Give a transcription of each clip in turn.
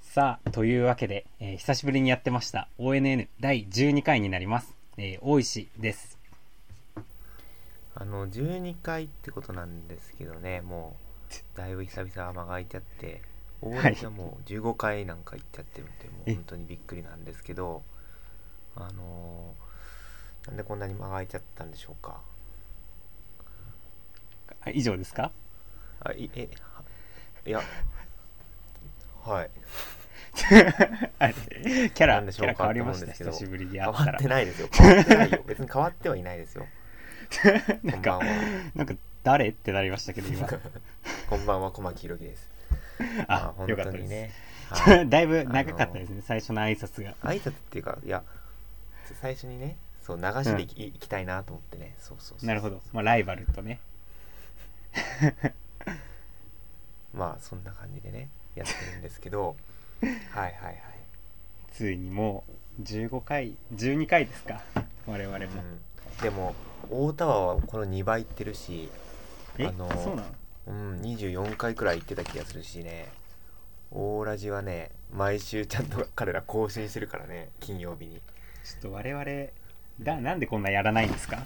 さあ、というわけで、えー久しぶりにやってました。ONN 第12回になります。えー大石です。あの12回ってことなんですけどねもうだいぶ久々間が空いちゃって大い西はもう15回なんか行っちゃってるんでもえう本当にびっくりなんですけどあのーなんでこんなに間が空いちゃったんでしょうかあ以上ですかあいえはいやはいあキャラ、なんでしキャょうラか変わりました。って思久うんしぶですけどりに会変っわたらって。ないですよ変わって ないよ別に変わってはいないですよなこんんばんかは、なんか、誰ってなりましたけど、 今。こんばんは小牧弘樹ですあ、まよかったです。ねはい だいぶ長かったですね、最初の挨拶が。挨拶っていうかいや最初にねそう流しでいき,、きたいなと思ってねそうそうそうなるほど。まあ、ライバルとね。まあそんな感じでねやってるんです けどはいはいはい、ついにもう、15回、12回ですか。我々も。うん、でも大田はこの2倍いってるし、え、あのーそうなのうん、24回くらい行ってた気がするしねオーラジはね毎週ちゃんと彼ら更新してるからね金曜日にちょっと我々、だ、なんでこんなやらないんですか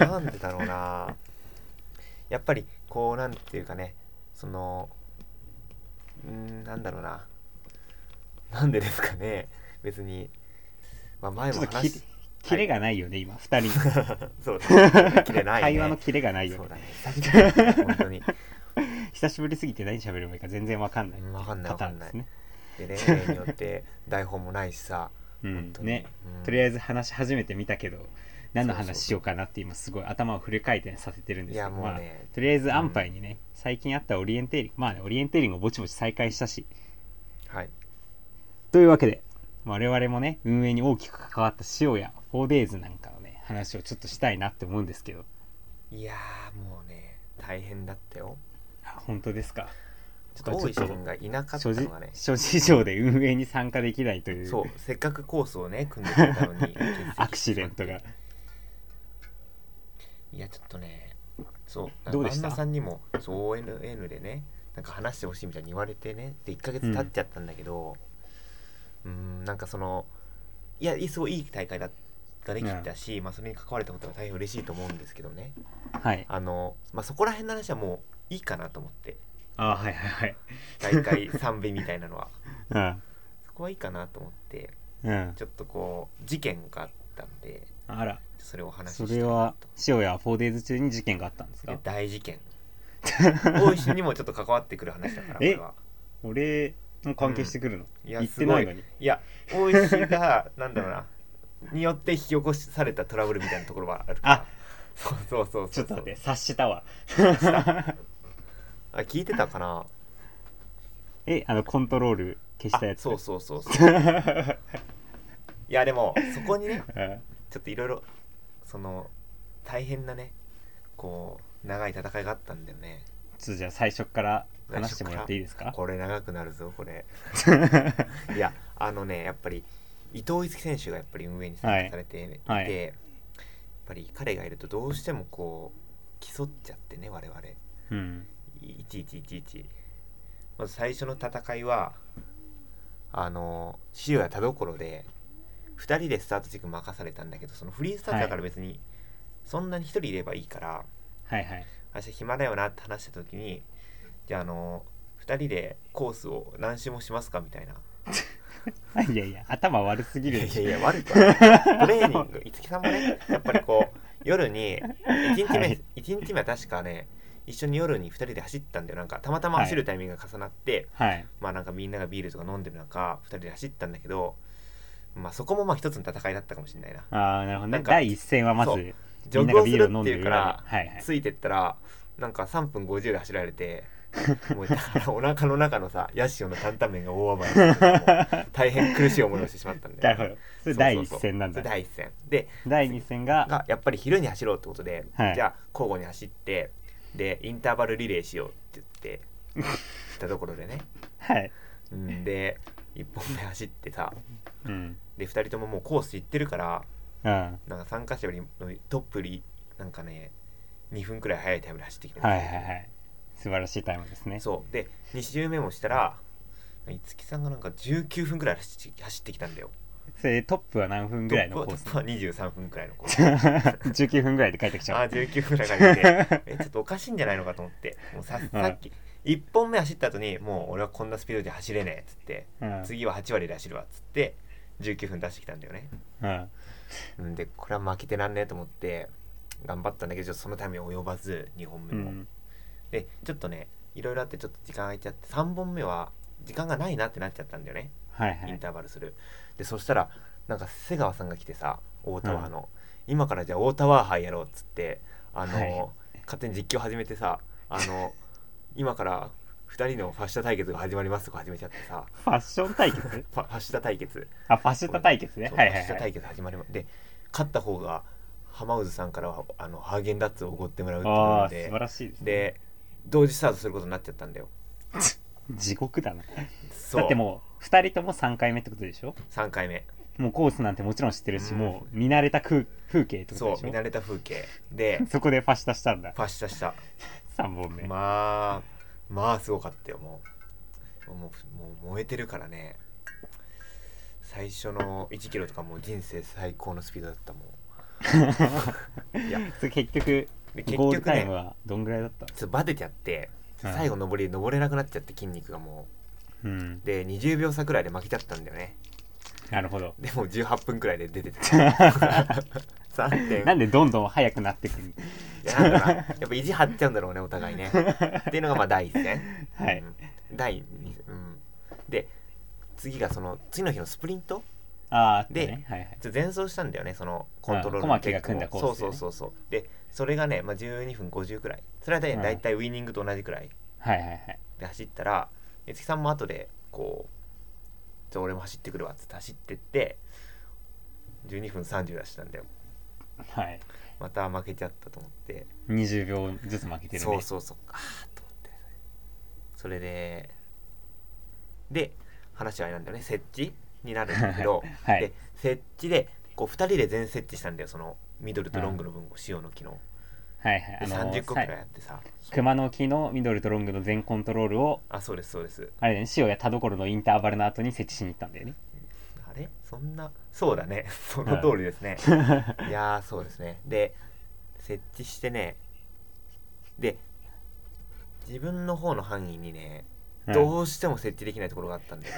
なんでだろうなやっぱりこうなんていうかねそのうーんなんだろうななんでですかね別に、まあ、前ちもょっとき話し キレがないよね、今、二人。そうだね切れない、ね、会話のキレがないよそうねだね久しぶりだね本当に久しぶりすぎて何喋るもいいか全然わかんないうんわかんないパターンですねでね例によって台本もないしさうん本当にねうんとりあえず話し始めてみたけど何のそうそう話しようかなって今すごい頭をフル回転させてるんでいすけやどもうまあね、とりあえず安牌にね最近あったオリエンテーリングまあねオリエンテーリングをぼちぼち再開したしはいというわけで我々もね運営に大きく関わった塩や 4days なんかのね話をちょっとしたいなって思うんですけどいやーもうね大変だったよあ本当ですかちょっと大石君がいなかった諸事のがね諸事情で運営に参加できないというそうせっかくコースをね組んでくれたの に欠席してしまってアクシデントがいやちょっとねそうなんかどうでした旦那さんにもそう ONN でねなんか話してほしいみたいに言われてねで1ヶ月経っちゃったんだけどうーんなんかそのいやいすごいいい大会だができたし、まあ、それに関われたことが大変嬉しいと思うんですけどねはいあの、まあ、そこら辺の話はもういいかなと思ってあはいはい大会賛美みたいなのは はいそこはいいかなと思ってうんうんちょっとこう事件があったんであらそれをお話しそしたいれなはと塩屋 4days 中に事件があったんですいやか大 事件大石にもちょっと関わってくる話だからこえれは俺も関係してくるの、いや言ってないのすにごいいや大石がなんだろうなによって引き起こされたトラブルみたいなところはあるからあそうそうそうそうちょっと待って察したわあ聞いてたかなえあのコントロール消したやあつそうそうそ うそういやでもそこにねうんちょっといろいろその大変なねこう長い戦いがあったんだよねちょっとじゃあ最初から話してもらっていいですかこれ長くなるぞ これいやあのねやっぱり伊藤樹選手がやっぱり運営に参加されていて、はいはいやっぱり彼がいるとどうしてもこう競っちゃってね我々うんいちいちいちいちまず最初の戦いはあの塩谷田所で2人でスタート軸任されたんだけどそのフリースタートだから別にそんなに1人いればいいから、はいはい明日暇だよなって話した時にじゃああの2人でコースを何周もしますかみたいなあい やいや頭悪すぎいるやでいしやょいや悪くはないトレーニング五木さんもねやっぱりこう夜に1日は目い一、日目は確かね一緒に夜に2人で走ったんだよなんかたまたま走るタイミングが重なって、はいまあなんかみんながビールとか飲んでる中2人で走ったんだけどまあそこもまあ一つの戦いだったかもしれないなあーなるほどなねんか第一戦はまそうずジみョんなグがをすビーるル飲んってでいるうか裏でらはいはいついてったらなんか3分50で走られてもうだからお腹の中のさヤシオの担々麺が大暴れしてもう大変苦しい思いをしてしまったんなだるほよどそれ第一戦なんだそうそうそうそれ第一戦で第二戦ががやっぱり昼に走ろうってことで、はいじゃあ交互に走ってでインターバルリレーしようって言ってしたところでねはいうんで1本目走ってさうんで2人とももうコース行ってるからうんはいなんか参加者よりのトップよりなんかね2分くらい早いタイムで走ってきてはいはい素晴らしいタイムですねそうで2周目もしたら五木さんがなんか19分ぐらい走って走ってきたんだよそれトップは何分ぐらいのコーストップはトップは23分ぐらいのコース19分ぐらいで帰ってきちあゃあう19分ぐらいかけ てえちょっとおかしいんじゃないのかと思ってもうささっき1本目走った後にもう俺はこんなスピードで走れねえっつってうん次は8割で走るわっつって19分出してきたんだよねうんうんでこれは負けてらんねえと思って頑張ったんだけどちょっとそのために及ばず2本う目も、んでちょっとねいろいろあってちょっと時間空いちゃって3本目は時間がないなってなっちゃったんだよねはいイはンいターバルする、でそしたらなんか瀬川さんが来てさ大田ワーの、今からじゃあ大田ワーハイやろうっつってあの、はい勝手に実況始めてさあの今から2人のファッション対決が始まりますとか始めちゃってさファッション対決ファファッション対決あファッション対決ねそうはいは明い日はい対決始まりますで勝った方が浜渦さんからはあのハーゲンダッツをおごってもらうっていうあのあ素で晴らしいですねで同時スタートすることになっちゃったんだよ地獄だなそうだってもう2人とも3回目ってことでしょ3回目もうコースなんてもちろん知ってるし、うんもう見慣れた空風景ってことそう見でしょ慣れた風景でそこでファシタしたんだファッシャした3本目、まあまあすごかったよもうもうもう燃えてるからね最初の1キロとかもう人生最高のスピードだったもんいやそれ結局で結ゴール局タイねムはどんぐらいだったちょっとバテちゃってうん最後登り登れなくなっちゃって筋肉がもうんうで20秒差くらいで負けちゃったんだよねなるほどでもう18分くらいで出て た3点なんでどんどん速くなってくるいやなんだろうなやっぱ意地張っちゃうんだろうねお互いねっていうのがまあ第一戦はい、うん第二戦うんで次がその次の日のスプリントああってでねはいはいちょっと前走したんだよねそのコントうロールん小牧が組んだコースそでうねそうそうそうでそれがね、まあ、12分50くらいそれは大体うん大体ウィニングと同じくらいはいはいはいで走ったら五木さんも後でこう「じゃあ俺も走ってくるわ」っつって走ってって12分30出したんだよはいまた負けちゃったと思って20秒ずつ負けてるねそうそうそうああと思ってそれでで話はあれなんだよね設置になるんだけど、 はいで設置でこう2人で全設置したんだよそのミドルとロングの分を塩の機能、はいはいであの30個くらいさやってさ熊の木のミドルとロングの全コントロールをあそうですそうですあれだね塩や田所のインターバルの後に設置しに行ったんだよねあれそんなそうだね その通りですね、 いやーそうですねで設置してねで自分の方の範囲にね、うんどうしても設置できないところがあったんだよ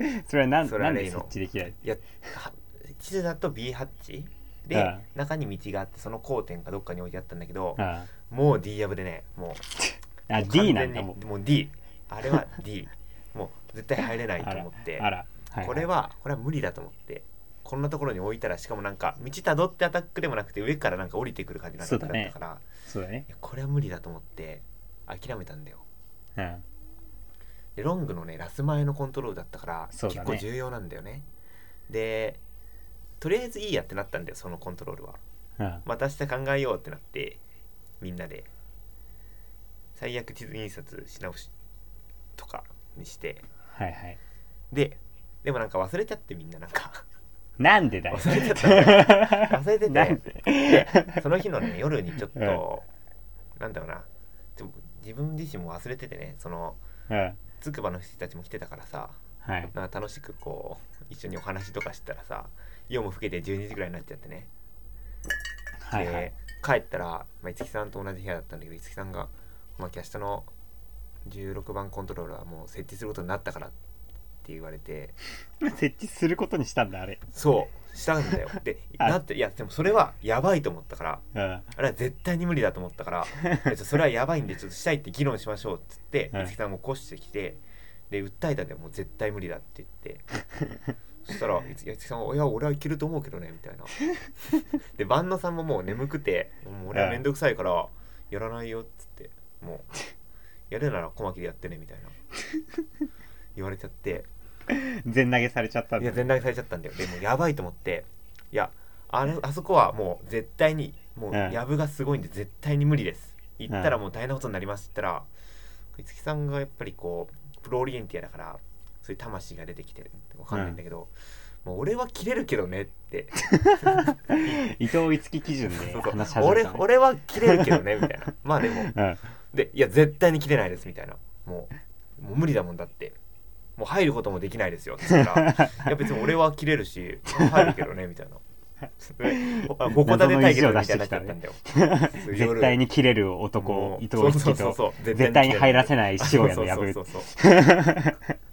ねそれはなんそれなはんねで設置できないいやは地図だと B ハッチで、うん中に道があってその交点がどっかに置いてあったんだけど、あもう D ヤブでねもうあもう完全 D になんだもうもう D あれは D もう絶対入れないとあら思ってあら、いいこれはこれは無理だと思ってこんなところに置いたらしかもなんか道たどってアタックでもなくて上からなんか降りてくる感じのアタックだったから、そうだねいやこれは無理だと思って諦めたんだようんでロングのねラス前のコントロールだったから、そうだ結ね構重要なんだよねでとりあえずいいやってなったんだよそのコントロールはうんまた明日考えようってなってみんなで最悪地図印刷し直しとかにしてはいはいででもなんか忘れちゃってみんななんかなんでだよ忘れちゃったんだよ忘れてなてんででその日のね夜にちょっと、なんだろうなちょ自分自身も忘れててねそのうんつくばの人たちも来てたからさはいなんか楽しくこう一緒にお話とかしてたらさ夜も更けて12時ぐらいになっちゃってね、はいはいで帰ったら、まあ、五木さんと同じ部屋だったんだけど五木さんが「まあ、明日の16番コントロールはもう設置することになったから」って言われて設置することにしたんだあれそうしたんだよ であだっていやでもそれはやばいと思ったからうんあれは絶対に無理だと思ったから いやちょそれはやばいんでちょっとしたいって議論しましょうっつってはい五木さんも起こしてきてで訴えたんだよもう絶対無理だって言ってそしたら五木五木さんは「いや俺はいけると思うけどね」みたいなで万野さんももう眠くて「もう俺は面倒くさいからやらないよ」っつってもう「やるなら小牧でやってね」みたいな言われちゃって全投げされちゃったんいだや全裸にされちゃったんだよでもうやばいと思っていやあのあそこはもう絶対にもううんやぶがすごいんで絶対に無理です行ったらもう大変なことになりますって言ったら五木さんがやっぱりこうプロオリエンティアだからそういう魂が出てきてるわかんないんだけど、もう俺は切れるけどねって伊藤樹基準で そう話しそ始うめ俺たね俺は切れるけどねみたいなまあでもうんでいや絶対に切れないですみたいなもうもう無理だもんだってもう入ることもできないですよ」って言ったら「いや別に俺は切れるし入るけどね」みたい な。あここだで対決みたいになっちゃったんだよ。絶対に切れる男もう伊藤一そ樹うそうとそうそう絶対に入らせいない塩屋のやぶそうそうそうそう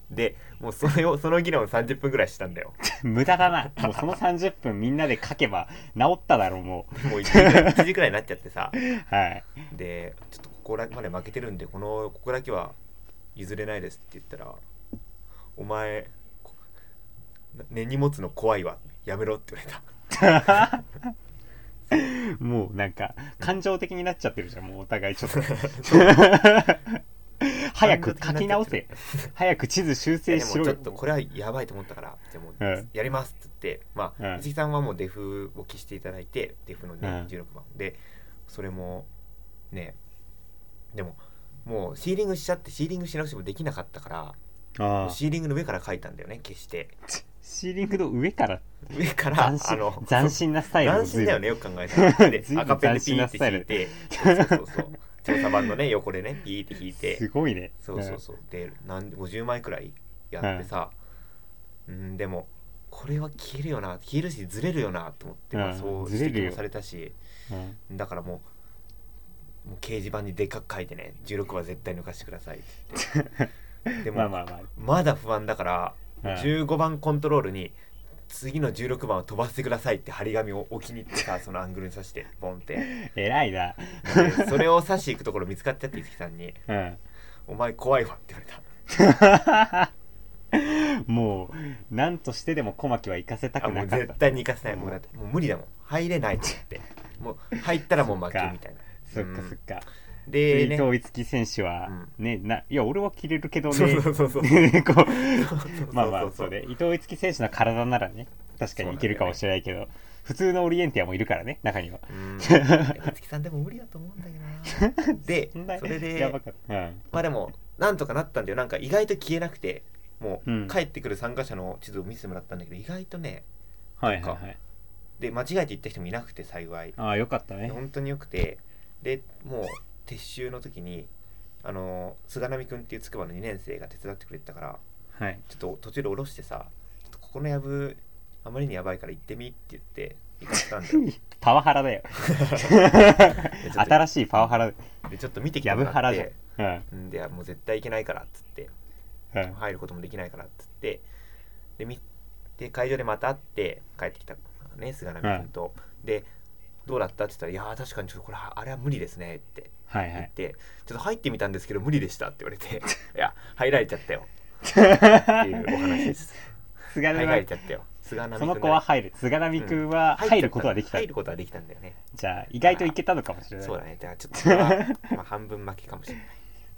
でもうそれをその議論を30分ぐらいしたんだよ無駄だなもうその30分みんなで書けば治っただろうももう1時ぐらい ,1 時くらいになっちゃってさうはいでちょっとここらまで負けてるんでこのここだけは譲れないですって言ったら「お前こ根に持つの怖いわやめろ」って言われたもうなんか感情的になっちゃってるじゃんもうお互い ちょっと早く書き直せ早く地図修いや正でもしちろょっよとこれはやばいと思ったからじゃあもううんやりますって言ってまうあん藤木さんはもうデフを消していただいてデフのうんね16番でそれもねでももうシーリングしちゃってシーリングし直してもできなかったからあもうあシーリングの上から書いたんだよね消してシーリングの上から上からあ斬新の斬新なスタイルを斬随新だよ分ねよく考えたら で随分赤ペンでピーって引いてそうそうそうそう調査版 のね横でねピーって引いてすごいねそうそうそうでなん50枚くらいやってさ、うん、でもこれは消えるよな消えるしずれるよなと思って、まうあ、んそうずれ指るよ摘もされたしうんうんだからもうもう掲示板にでかく書いてね16は絶対抜かしてくださいって言っ てでも、まあままあまあだ不安だから、うん15番コントロールに次の16番を飛ばしてくださいって張り紙を置きに行って さそのアングルに刺してボンって偉いなでそれを刺していくところ見つかっちゃって五木さんにうん「お前怖いわ」って言われ た。もう何としてでも小牧は行かせたあくもなうかっ絶た対に行かせないもうだってもう無理だもん入れないって言ってもう入ったらもう負けみたいなそっかそっか、で伊ね藤一樹選手は、ねないや俺は切れるけどねそうそうそうそ うこうそうまあまあそうね伊藤一樹選手の体ならね確かにいけるかもしれないけど、普通のオリエンティアもいるからね中には うん五木さんでも無理だと思うんだけどなでそんなそれやばでかったうんまあでもなんとかなったんだよなんか意外と消えなくてもううん帰ってくる参加者の地図を見せてもらったんだけど意外とねはいはいはいで間違えて言った人もいなくて幸いああよかったね本当によくてでもう撤収の時にあの菅波君っていう筑波の2年生が手伝ってくれてたからはいちょっと途中で下ろしてさ「ちょっとここのやぶあまりにやばいから行ってみ」って言って行かせたんだ よパワハラだよ新しいパワハラでちょっと見てきてやもぶハらラじっゃてん「うんでもう絶対行けないから」っつってうんう「ん入ることもできないから」っつってで見で会場でまた会って帰ってきたね菅波君と、で「どうだった?」って言ったら「いやー確かにちょっとこれあれは無理ですね」ってはいは言っいて、ちょっと入ってみたんですけど無理でした」って言われて 「いや入られちゃったよ」っていうお話 です菅入波られはちゃったよ菅波君その子だはね入る菅波くんは入ることはできた入ることはできたんだよねじゃあ意外といけたのかもしれないそうだねだからちょっと それはまあ半分負けかもしれない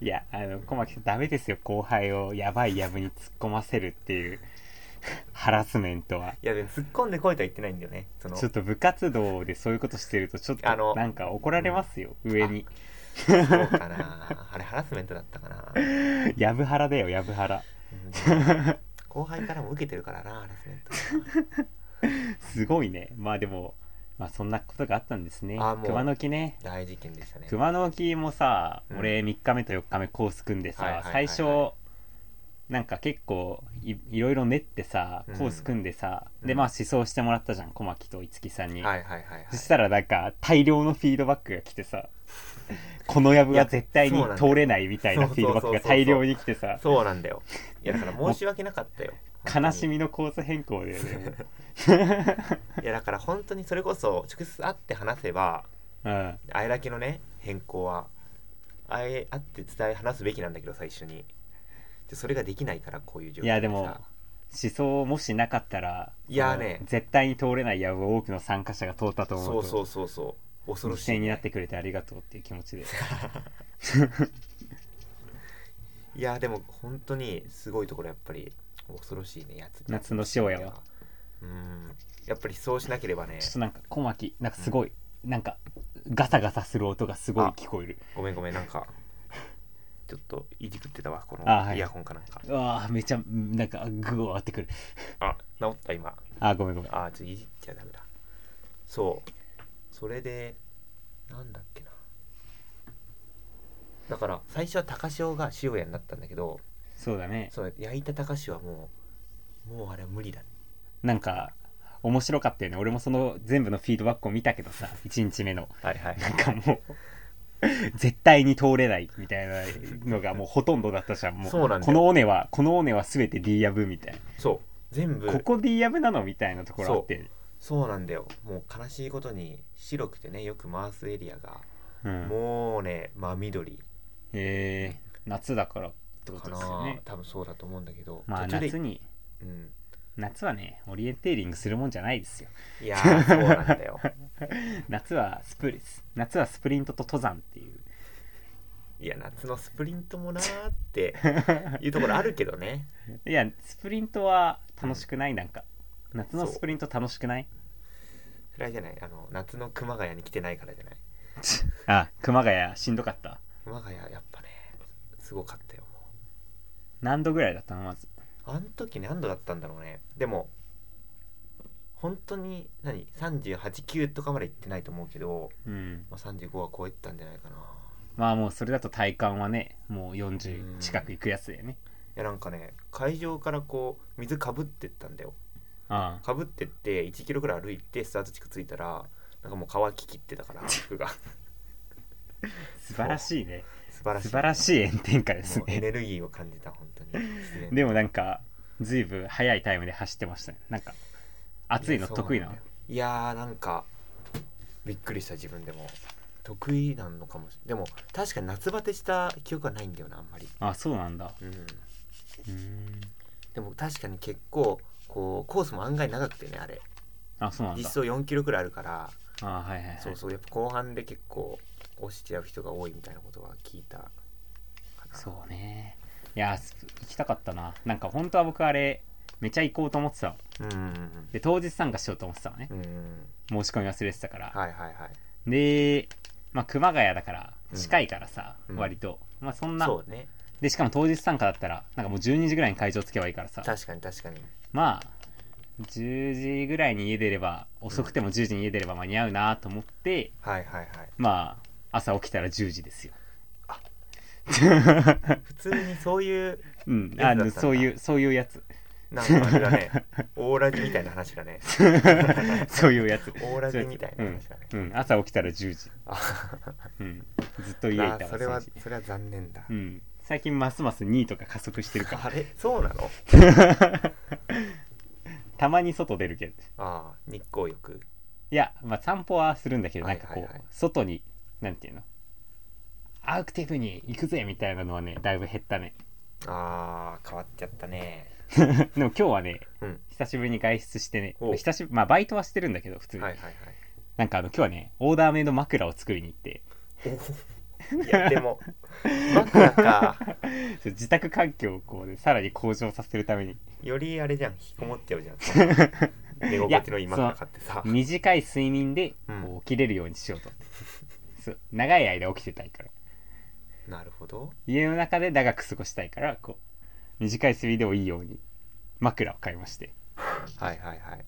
いやあの小牧さんダメですよ後輩をやばいやぶに突っ込ませるっていう ハラスメントはいやでも突っ込んでこいとは言ってないんだよねそのちょっと部活動でそういうことしてるとちょっあとのなんか怒られますよ上にそうかなあれハラスメントだったかな、うんやぶハラだよやぶハラでも後輩からも受けてるからなハラスメンすごいねまあでもまあそんなことがあったんですねあもう熊の木ねト大事件でしたね 熊の木もさ、うん俺3日目と4日目コース組んではさいはいはいは最い初なんか結構いいろいろ練ってさうんコース組んでさ、うんでまあ思想してもらったじゃん小牧と樹さんに、はいはいはいはいそしたらなんか大量のフィードバックが来て さこの藪は絶対いにやそうなんだよ通れないみたいなフィードバックが大量に来てさそうなんだよいやだから申し訳なかったよ 悲しみのコース変更だよねいやだから本当にそれこそ直接会って話せばうんあえらけのね変更はあえあって伝え話すべきなんだけど最初にでそれができないからこういう状況いやでさも思想もしなかったらいやーねその絶対に通れない藪を多くの参加者が通ったと思そううそとうそうそう恐ろしい、犠牲になってくれてありがとうっていう気持ちでいやでも本当にすごいところやっぱり恐ろしいねやつ夏の塩屋はうんやっぱりそうしなければねちょっとなんか小牧なんかすごい、なんかガサガサする音がすごい聞こえるごめんごめんなんかちょっといじくってたわこあはのいイヤホンかなんかうわーめちゃなんかグワーってくるあ,、治った今あーごめんごめんあちょっといじっちゃダメだそうそれでなんだっけなだから最初は高潮が塩屋になったんだけどそうだねそう焼いた高しはもうもうあれは無理だなんか面白かったよね俺もその全部のフィードバックを見たけどさ1日目のはいはいなんかもう絶対に通れないみたいなのがもうほとんどだったじゃんもうそうなんだよこの尾根はこの尾根は全て D ヤブみたいなそう全部ここ D ヤブなのみたいなところあってそうなんだよもう悲しいことに白くてねよく回すエリアが、うんもうね真緑えー、夏だからってことかでなすよね多分そうだと思うんだけど、まあ途中で夏にうん夏はねオリエンテーリングするもんじゃないですよいやーそうなんだよ 夏はスプリス夏はスプリントと登山っていういや夏のスプリントもな ーっていうところあるけどねいやスプリントは楽しくないなんか夏のスプリント楽しくないそれはじゃないあの夏の熊谷に来てないからじゃないあ熊谷しんどかった熊谷やっぱねすごかったよも何度ぐらいだったのまずうあん時何度だったんだろうねでも本当に何389とかまで行ってないと思うけど、うんまあ、35は超えてたんじゃないかなまあもうそれだと体感はねもう40近くいくやつだよねいやなんかね会場からこう水かぶってったんだよああかぶってって1キロぐらい歩いてスタート地区着いたらなんかもう乾ききって たから服が素晴らしいね素晴らしい素晴らしい炎天下ですもうエねネルギーを感じた本当に自然 でもなんかずいぶん早いタイムで走ってましたねなんか暑いのそうなん得意だよなのいやーなんかびっくりした自分でも得意なのかもしれないでも確かに夏バテした記憶はないんだよなあんまり、あそうなんだうん、うーんでも確かに結構こうコースも案外長くてねあれあそうなん実だ装4キロくらいあるからあはいはいはいそうそうやっぱ後半で結構落ちちゃう人が多いみたいなことは聞いたかなそうねいやスプ行きたかったななんか本当は僕あれめちゃ行こうと思ってたのうんうんで当日参加しようと思ってたのねうんうんうん申し込み忘れてたから、はいはいはいで、まあ、熊谷だから近いからさ、うん割と、まあ、そんなそうねでしかも当日参加だったらなんかもう12時ぐらいに会場つけばいいからさ確かに確かにまあ10時ぐらいに家出れば遅くても10時に家出れば間に合うなと思って、はいはいはいまあ朝起きたら10時ですよ普通にそういううんやあつだったんのだそういうそういうやつなんかあれだ ねオーラジみたいな話だねそういうやつオーラジみたいな話だね。うん、うん、朝起きたら10時、あうん、ずっと家いあたらそれは10時それは残念だう。ん、最近ますます2とか加速してる からあれそうなの？たまに外出るけどああ日光浴。いや、まあ、散歩はするんだけど、はないんかこう、はいはい外に、なんていうの、アクティブに行くぜみたいなのはね、だいぶ減ったね。 ああ変わっちゃったね。でも今日はね、うん。久しぶりに外出してね、おう久しぶり、まあ、バイトはしてるんだけど、普通に。はいはいはい。なんかあの、今日はね、オーダーメイド枕を作りに行って、 おいやでも枕かそう自宅環境をこうね、さらに向上させるために、よりあれじゃん引きこもっちゃうじ ゃん。寝心地のいい枕買ってさ。短い睡眠でうんこう起きれるようにしようと。 そう長い間起きてたいから。なるほど。家の中で長く過ごしたいから、こう、短い睡眠でもいいように、枕を買いまして。はいはいはい。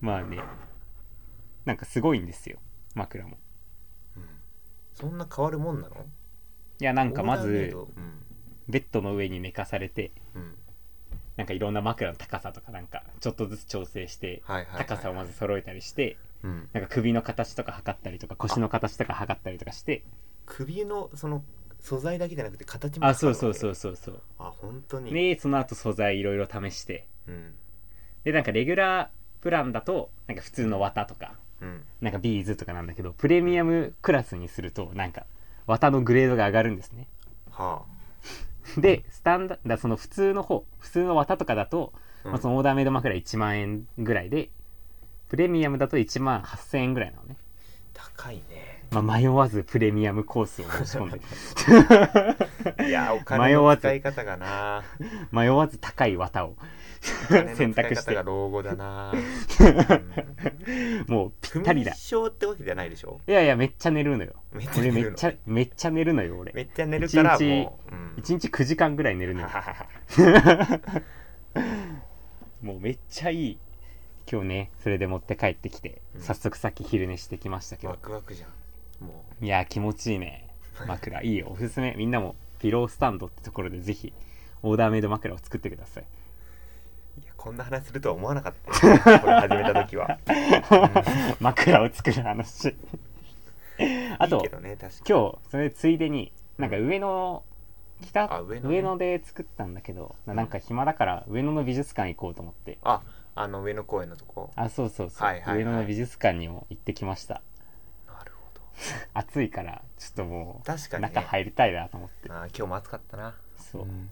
まあねなんかすごいんですよ枕もうん。そんな変わるもんなの？いやなんかまオーダーメイずドうんベッドの上に寝かされてうんなんかいろんな枕の高さとかなんかちょっとずつ調整してはいはいはいはい高さをまず揃えたりしてうん。なんか首の形とか測ったりとか腰の形とか測ったりとかして首のその素材だけじゃなくて形もあそうそうそううそうそうあ本当に、でその後素材いろいろ試してうんでなんかレギュラープランだとなんか普通の綿とかうんなんかビーズとかなんだけどプレミアムクラスにするとなんか綿のグレードが上がるんですねはでスタンダだその普通の方普通の綿とかだと、あ、うんまあ、そのオーダーメイド枕1万円ぐらいでプレミアムだと1万8000円ぐらいなのね、高いねまあ、迷わずプレミアムコースを申し込んで いやお金迷のわず使い方が な迷わず高い綿をお金の選択し使い方がて老後 だな、もうぴうん、ったりだ不眠症ってわけじゃないでしょいやいやめっちゃ寝るのよめっちゃ俺寝めるっのちゃめっちゃ寝るのよ俺めっちゃ寝るから一日もう、うん、 1日9時間ぐらい寝るのよもうめっちゃいい今日ねそれで持って帰ってきてうん早速さっき昼寝してきましたけどワクワクじゃんもういやー気持ちいいね枕いいよおすすめみんなもピロースタンドってところでぜひオーダーメイド枕を作ってくださいいやこんな話するとは思わなかった これ始めた時は、枕を作る話 あいいとけどね確か今日それついでになんか上野北、あ上上野野ねで作ったんだけど、うんなんか暇だから上野の美術館行こうと思ってああの上野公園のとこあそうそうそう、はいはいはい上野の美術館にも行ってきましたなるほど暑いからちょっともう確かに、ね、中入りたいなと思って、あー今日も暑かったなそう、ん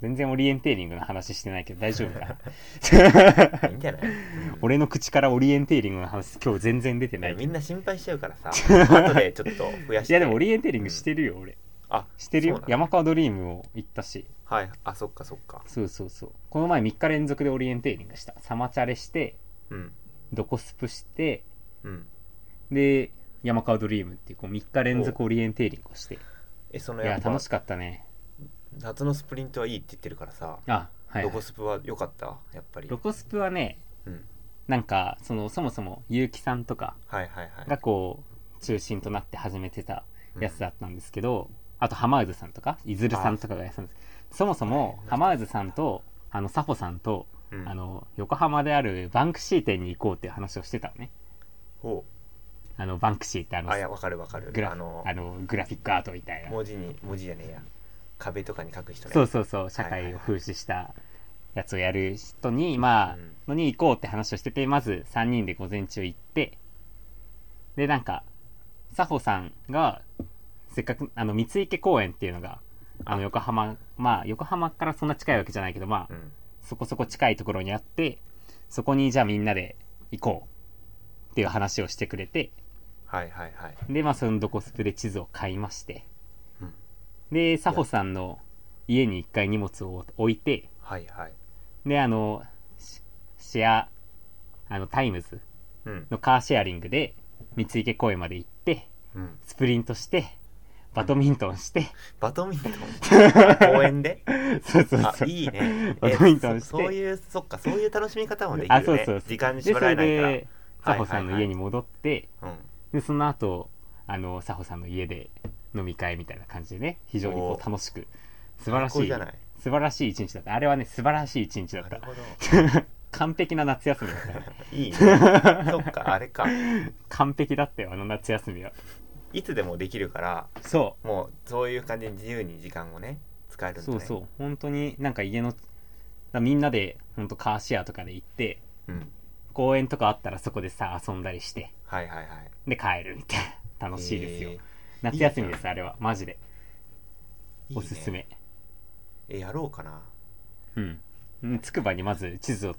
全然オリエンテーリングの話してないけど大丈夫かな いいんじゃない、うん 俺の口からオリエンテーリングの話今日全然出てないみけどんな心配しちゃうから さ後でちょっと増やしいていやでもオリエンテーリングしてるよ、俺あしてるそようなんだ山川ドリームも行ったしはいあそっかそっかそうそうそうこの前3日連続でオリエンテーリングしたサマチャレしてうんドコスプしてうんで山川ドリームっていうこう3日連続オリエンテーリングをしていえそのややっぱ楽しかったね夏のスプリントはいいって言ってるからさあはい、ロコスプは良かったやっぱりロコスプはねうんなんかそのそもそも結城さんとかはいはいはいがこう中心となって始めてたうんやつだったんですけど、あと浜渦さんとかいずるさんとかがやってたんですそもそもはい浜渦さんとあのサホさんと、うんあの横浜であるバンクシー店に行こうっていう話をしてたのねほあのバンクシーってあうのあいやわかるわかるグラああののグラフィックアートみたいな文字に文字じゃねえや壁とかに書く人ねそうそうそう社会を風刺したやつをやる人に、まあうんのに行こうって話をしててまず3人で午前中行ってでなんか佐保さんがせっかくあの三池公園っていうのがあの横浜まあ横浜からそんな近いわけじゃないけどまあ、うんそこそこ近いところにあってそこにじゃあみんなで行こうっていう話をしてくれてはいはいはいでまあそのどこスプで地図を買いましてうんで佐保さんの家に一回荷物を置いてはいはいであのシシェアあのタイムズうんのカーシェアリングで三池公園まで行ってうんスプリントしてバドミントンして、 バドミントン公園でそうそうあそういいね バドミントンえしてそそういうそっかそういう楽しみ方もできるあねそうそう時間にで縛そられれないからで佐保さんの家に戻って、うんでその後あの佐保さんの家で飲み会みたいな感じでね非常にこおうー楽しく素晴らし最高いじゃない素晴らしい一日だったあれはね素晴らしい一日だなっるたほど完璧な夏休みだったねいいね そっかあれか完璧だったよあの夏休みはいつでもできるからそもうそういう感じに自由に時間をね使えるんうだ、ね、そうそう本当になんか家のだからみんなで本当カーシェアとかで行ってう、ん、公園とかあったらそこでさ遊んだりしてはいはいはいで帰るみたい な楽しいですよ、えー夏休みですあれはマジでいいねおすすめえやろうかなうんうんつくばにまず地図を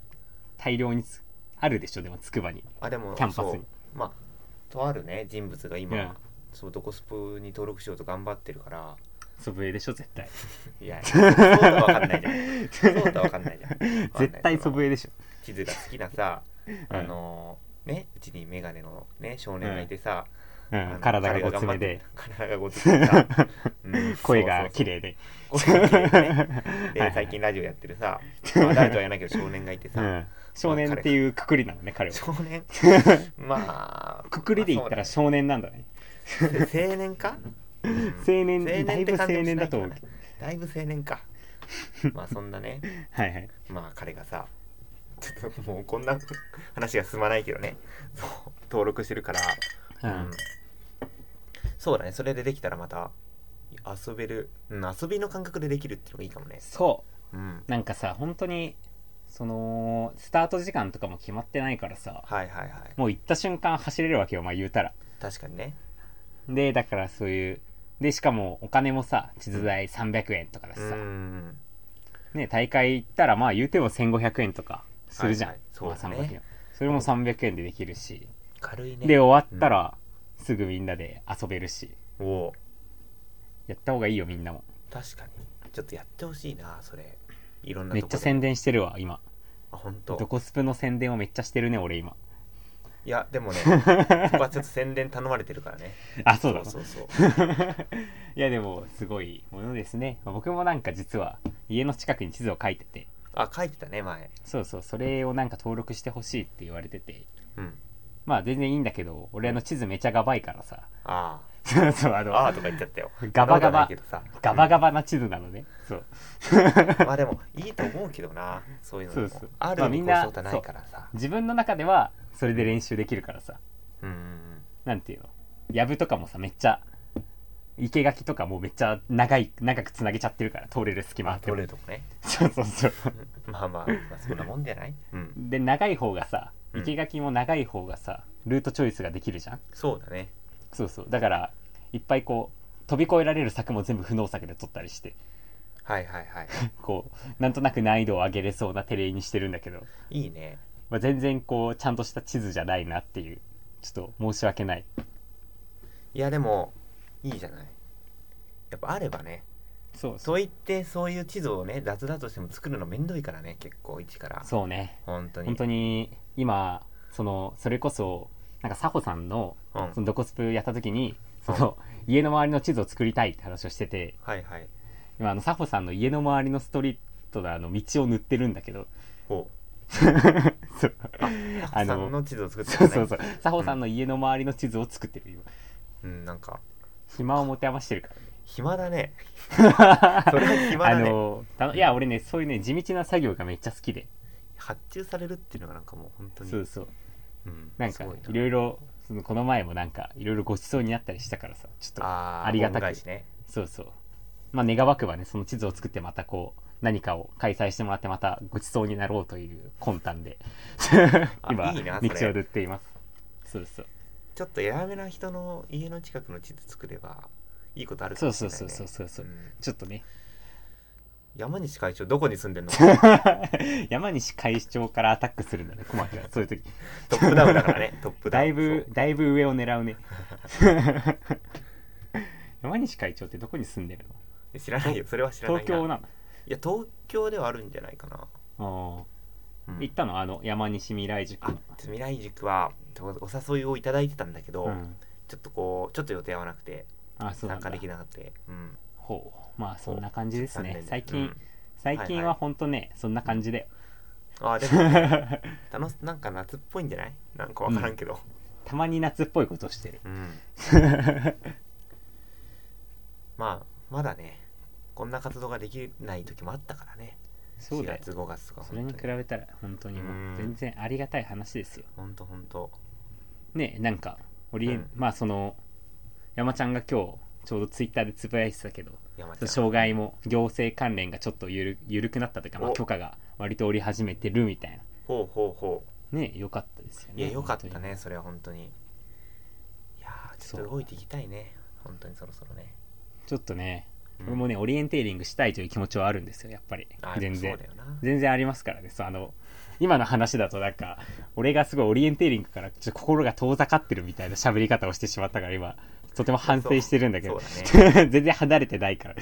大量につあるでしょでもつくばにあでもキャンパスそにうまあとあるね人物が今、うんそうドコスプに登録しようと頑張ってるから祖父江でしょ絶対い やそうとは分かんないじゃんそうとは分かんないじゃんわかんない絶対そ祖の父江でしょ地図が好きなさ、 うんあのねうちに眼鏡のね少年がいてさ、うあんの体がごつめで体がごつめ でさ、うん声が綺そうそうそう麗で 声が綺麗でねはいではい最近ラジオやってる さ、まあ、誰とは言わないけど少年がいてうさ、ん少年っていうくくりなのね彼は少年 まあくくりで言ったらま少年なんだねあそうね 青年か、うん青年青だいってぶ青感じも年しないだと思うけどねだいぶ青年かまあそん なねはいはいまあ彼がさちょっともうこんな話が進まないけどねそう登録してるから、うんそうだねそれでできたらまた遊べる、うん、遊びの感覚でできるっていうのがいいかもねそうんうなんかさ本当にそのスタート時間とかも決まってないからさはいはいはいもう行った瞬間走れるわけよまあ言うたら確かにねでだからそういうでしかもお金もさ地図代300円とかだしうさ、んね、大会行ったらまあ言うても1500円とかするじゃん、はいはいそうだねまあ300円それも300円でできるし、軽いねで終わったらすぐみんなで遊べるし、おおやった方がいいよみんなも確かにちょっとやってほしいなそれいろんなめとっちこゃで宣伝してるわ今あ本ど当こスプの宣伝をめっちゃしてるね俺 今いやで もねここはちょっと宣伝頼まれてるからねあそうだそうそういやでもすごいものですねまあ僕もなんか実は家の近くに地図を書いててあ書いてたね前そうそうそれをなんか登録してほしいって言われててうんまあ全然いいんだけど俺あの地図めちゃがばいからさ ああそうそう、あの、ああとか言っちゃったよ。ガバガそんバなことはないけ、どさガバガバな地図なのね。そう。うんまあでもいいと思うけどな、そういうのもそうそうあるまあにみん越なしたことはないからさ。自分の中では、それで練習できるからさ。うんうんなんていうのやぶとかもさ、めっちゃ、生垣とかもめっちゃ長い、長くつなげちゃってるから、通れる隙うん。間あっまあて取もれるとこね。 そうそうそう。まあまあ、まあ、そんなもんじゃない。うん。で、長い方がさ、うん生垣も長い方がさ、ルートチョイスができるじゃんそうだね。そうそう。だから、いっぱいこう、飛び越えられる策も全部不能策で取ったりして、はいはいはい。こう、なんとなく難易度を上げれそうなテレイにしてるんだけど、いいね。まあ、全然こう、ちゃんとした地図じゃないなっていう、ちょっと申し訳ない。いやでもいいじゃない。やっぱあればね。そうそう。そう言ってそういう地図をね雑だとしても作るのめんどいからね結構一から。そうね。本当に。本当に、今、その、それこそ、なんか、サホさんの、うん。その、ドコスプやった時に、その、家の周りの地図を作りたいって話をしてて、はいはい。今、あの、サホさんの家の周りのストリートのあの、道を塗ってるんだけど、ほそうう。あ、あのあのの地図を作ってそうる、ね。そうそう。サホさんの家の周りの地図を作ってる、今。うんなんか暇を持て余してるからね。暇だね。 それは暇だ ねあのたいや俺ねそういうね地道な作業がめっちゃ好きで発注されるっていうのがなんかもう本当に。そうそううんなんかすごいろいろそのこの前もなんかいろいろごちそうになったりしたからさちょっとあーありがたく恩返しねそうそうまあ願わくばねその地図を作ってまたこう何かを開催してもらってまたごちそうになろうという魂胆 で今いいなそれ道を塗っていますそうそうちょっとやめな人の家の近くの地図作ればいいことあるかそもうしそれうない、ね、そうそうそうそううんちょっと ね山西会長どこに住んでんのト山西会長からアタックするんだね困るそういう時ップダウンだか らねトップダウだンいぶそうだいぶ上を狙う ね山西会長ってどこに住んでるのえ知らないよそれは知らない東京ななのいや東京ではあるんじゃないかな、あうあん行ったのあの山西未来塾あの未来塾はお誘いをいただいてたんだけど、うんちょっとこうちょっと予定合わなくてあそうなん参だ加できなくてうんほうまあそんな感じです残ね念最近、うん最近はいははい本当ね、そんな感じであ でも楽しなんか夏っぽいんじゃないなんかわからんけど、たまに夏っぽいことしてる うん、まあまだねこんな活動ができない時もあったからねそうだ4よ月5月とかそれに本比当にべたら本当にもう全然ありがたい話ですよ本当本当ねなんかオリエン、うんまあその山ちゃんが今日ちょうどツイッターでつぶやいてたけど山ちゃん障害も行政関連がちょっとゆる緩くなったというか、まあ、お許可が割と折り始めてるみたいほうほうほなね良かったですようねいやよかった本ねそれは本当にいやーちょっそとう動いていきたいね本当にそろそろね当にちょっとねうん俺もねオリエンテーリングしたいという気持ちはあるんですよやっぱりあ全然そうだよな全然ありますからねそうあの今の話だとなんか俺がすごいオリエンテーリングからちょっと心が遠ざかってるみたいな喋り方をしてしまったから今とても反省してるんだけど、そうそう 全然離れてないから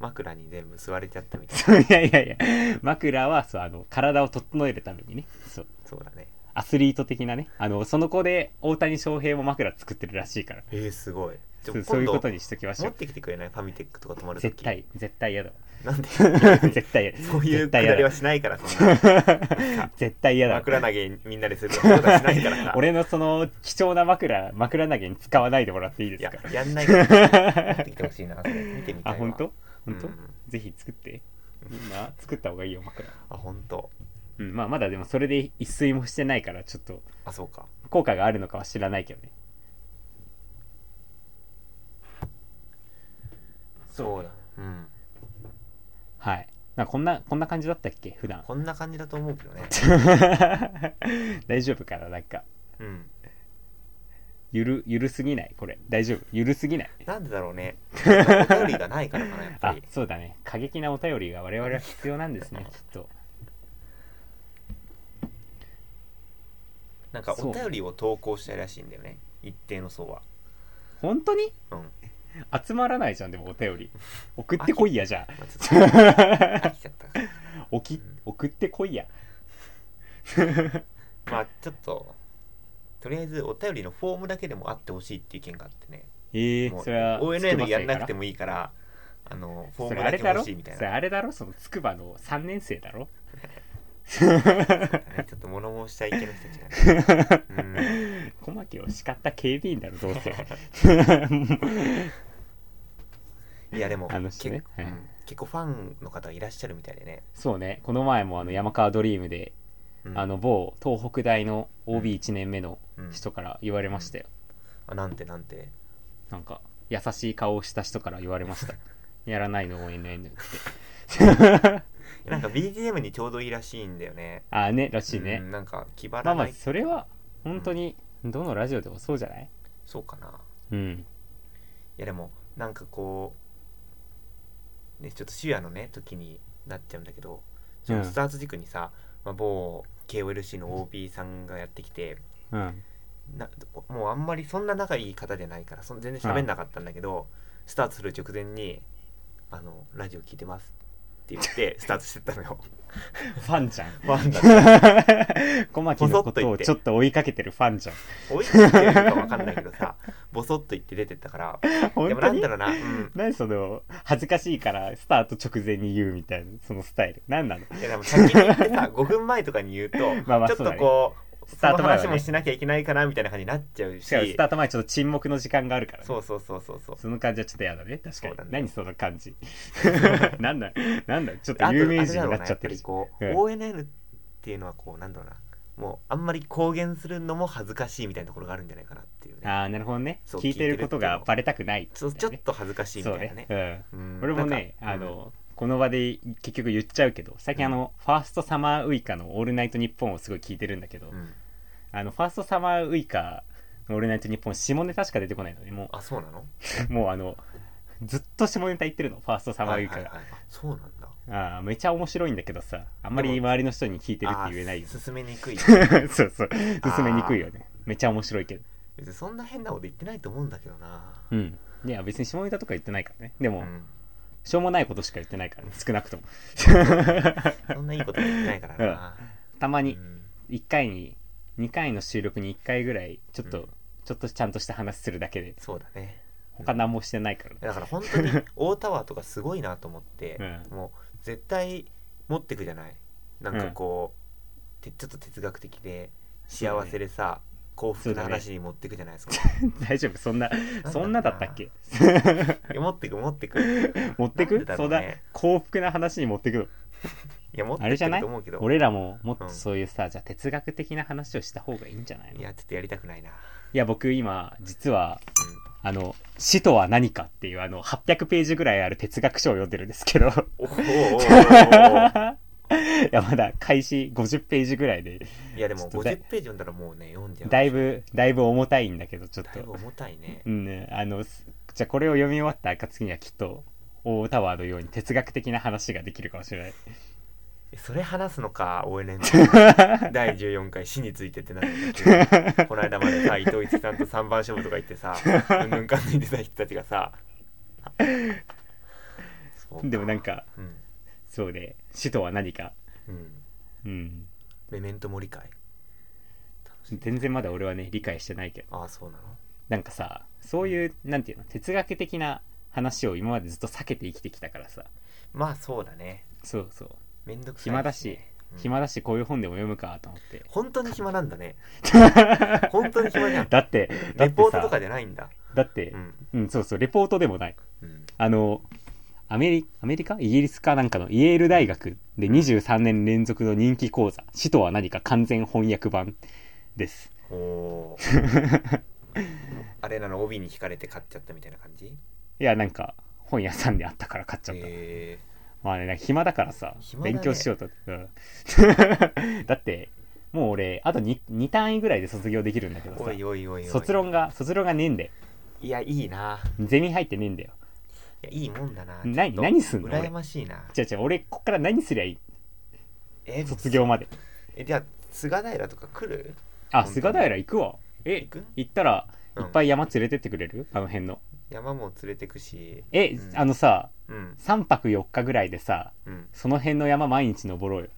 枕に全部吸われちゃったみたいなそういやいやいや枕はそうあの体を整えるためにねそうそうだねアスリート的なねあのその子で大谷翔平も枕作ってるらしいからえー、すごいちょそう今そういう度ことにしときまし持ょっうてきてくれないファミテックとか泊まるとき絶対絶対 嫌だなんで 絶対嫌だそうい絶うくだ対嫌りはだしないからそんな 絶対嫌だ 枕投げみんなでするとかそういうことはしないからさ 俺のその貴重な枕枕投げに使わないでもらっていいいですやかやんないから持ってきてほしいなそれ見てみたいあわ本当う本ん当、ぜひ作ってみんな作った方がいいよ枕あ本当うんまあまだでもそれで一睡もしてないからちょっとあそうか効果があるのかは知らないけどねそうだうんはいなんかこんなこんな感じだったっけ普段こんな感じだと思うけどね 大丈夫かななんかうんゆるゆるすぎないこれ大丈夫ゆるすぎないなんでだろうねお便りがないからかなやっぱありそうだね過激なお便りが我々は必要なんですねきっとなんかそうお便りを投稿したいらしいんだよね一定の層は本当にうん、ま集まらないじゃんでもお便り送ってこいやじゃあ、ちょっと飽きちゃった からあおき送ってこいやまあちょっととりあえずお便りのフォームだけでもあってほしいっていう意見があってねええもうそれは ONN やんなくてももいいからあのフォそれームあだれけだ欲ろしいみたいそれなあれだろその筑波の3年生だろねちょっと物申したい系の人たちが ね、うん小牧を叱った警備員だろどう せいやでも、あの人ねけはいうん結構ファンの方がいらっしゃるみたいでね、そうねこの前もあの山川ドリームで、うんあの某東北大の OB1 年目のうん人から言われましたよ、あなんてなんてなんか優しい顔をした人から言われま したやらないの ONN ってなんか BGM にちょうどいいらしいんだよねああねらしいね、うんなんか気張まあらまなあい、それは本当にどのラジオでもそうじゃないそうかなうんいやでもなんかこうねちょっと終夜のね時になっちゃうんだけどそのスターズ軸にさ、まあ、某 KOLC の OB さんがやってきてうんなもうあんまりそんな仲いい方じゃないからそん全然喋んなかったんだけど、スタートする直前に「あのラジオ聞いてます」って 言ってスタートしてったのよファンじゃんファンだって 小牧のことをちょっと追いかけてるファンじゃん 追いつけるかわかんないけどさボソッと言って出てったから本でも当なんにだろうな、うん、何その恥ずかしいからスタート直前に言うみたいなそのスタイル何なのいやでも先に言ってさ5分前とかに言うと まあまあちょっそうだとねこうスそターのト前はね話もしなきゃいけないかなみたいな感じになっちゃうししかもスタート前ちょっと沈黙の時間があるからねそうそうそうそうそうその感じはちょっとやだね確かそにうだね何その感 じなんだなんだちょっと有名人になっちゃってるあとあうれんだろうなやっぱりこう、ONN っていうのはこうなんだろうなもうあんまり公言するのも恥ずかしいみたいなところがあるんじゃないかなっていうねああなるほどねそう聞いてることがバレたくないちょちょっと恥ずかしいみそたういなねねうんうん俺もね、なんかあの、この場で結局言っちゃうけど、最近あの、ファーストサマーウイカのオールナイトニッポンをすごい聞いてるんだけど、うんうんあの、ファーストサマーウイカのオールナイトニッポン、下ネタしか出てこないので、もあそうなの う、もうあの、ずっと下ネタ言ってるの、ファーストサマーウイカはいはが。いはいあそうなんだああ、めちゃ面白いんだけどさ、あんまり周りの人に聞いてるって言えないよあ。ー進め にくいそうそう、進めにくいよね。めちゃ面白いけど。別にそんな変なこと言ってないと思うんだけどなうん。いや、別に下ネタとか言ってないからね。でうも、んしょうもないことしか言ってないからね、少なくとも。そんないいこと言ってないからなたまうに、ん1回に2回の収録に1回ぐらいちょっと、うんちょっとちゃんとした話するだけでそうだね他何もしてないから ねだから本 当に大タワーとかすごいなと思って、うもう絶対持ってくじゃないなんかこう、てちょっと哲学的でそうだね幸せでさ、幸福なそ話に持ってくじゃないですか、大丈夫そんなだそんなだったっけいや持ってく持ってく持ってなくんでだろそううだね幸福な話に持ってくのいや持ってあれじゃくなるいと思うけど俺らももっとうんそういうさ、じゃあ哲学的な話をした方がいいんじゃないのいいややちょっとやりたくないな、僕今実はあの「死とは何か」っていうあの800ページぐらいある哲学書を読んでるんですけど うん、おおおおいやまだ開始50ページぐらいでおいやでもちょっとだい50ページ読んだらもうね読んじゃうだいぶだいぶ重たいんだけどちょっだいとぶ重たいねうんね、あのすじゃあこれを読み終わった暁にはきっと大タワーのように哲学的な話ができるかもしれないそれ話す のか ONN 第14回死についてってなるこの間までさ伊藤一さんと三番勝負とか言ってさうんぬんかんぬんでた人たちがさそうでもなんかうん、そうで死とは何かううん、んメメントモリ会全然まだ俺はね理解してないけどああそうなのなんかさそういうなんていうの哲学的な話を今までずっと避けて生きてきたからさまあそうだねそうそうめんどくさい、暇だし、うん暇だしこういう本でも読むかと思って本当に暇なん だね本当に暇じゃんだってだレってポートとさかじゃないんだだってうんうんそうそうレポートでもないうんあの、アメリアメリカイギリスかなんかのイェール大学で23年連続の人気講座、死とは何か完全翻訳版です。おお あれなの帯に引かれて買っちゃったみたいな感じいや、なんか、本屋さんであったから買っちゃった。えまあね、なんか暇だからさ、暇だね勉強しようと。うん だって、もう俺、あと 2, 2単位ぐらいで卒業できるんだけどーさお、いおいおいおい卒論が、卒論がねえんだよ。いやいいなゼミ入ってねえんだよ。いやいいもんだななちょっと何すんの俺羨ましいな違う違う、俺、こっから何すりゃいいえ卒業まで。えじゃあ菅平とか来るあ、本当に菅平行くわ。え行く、行ったら、いうんっぱい山連れてってくれるあの辺の。山も連れてくしえ、うんあのさうん3泊4日ぐらいでさうんその辺の山毎日登ろうよ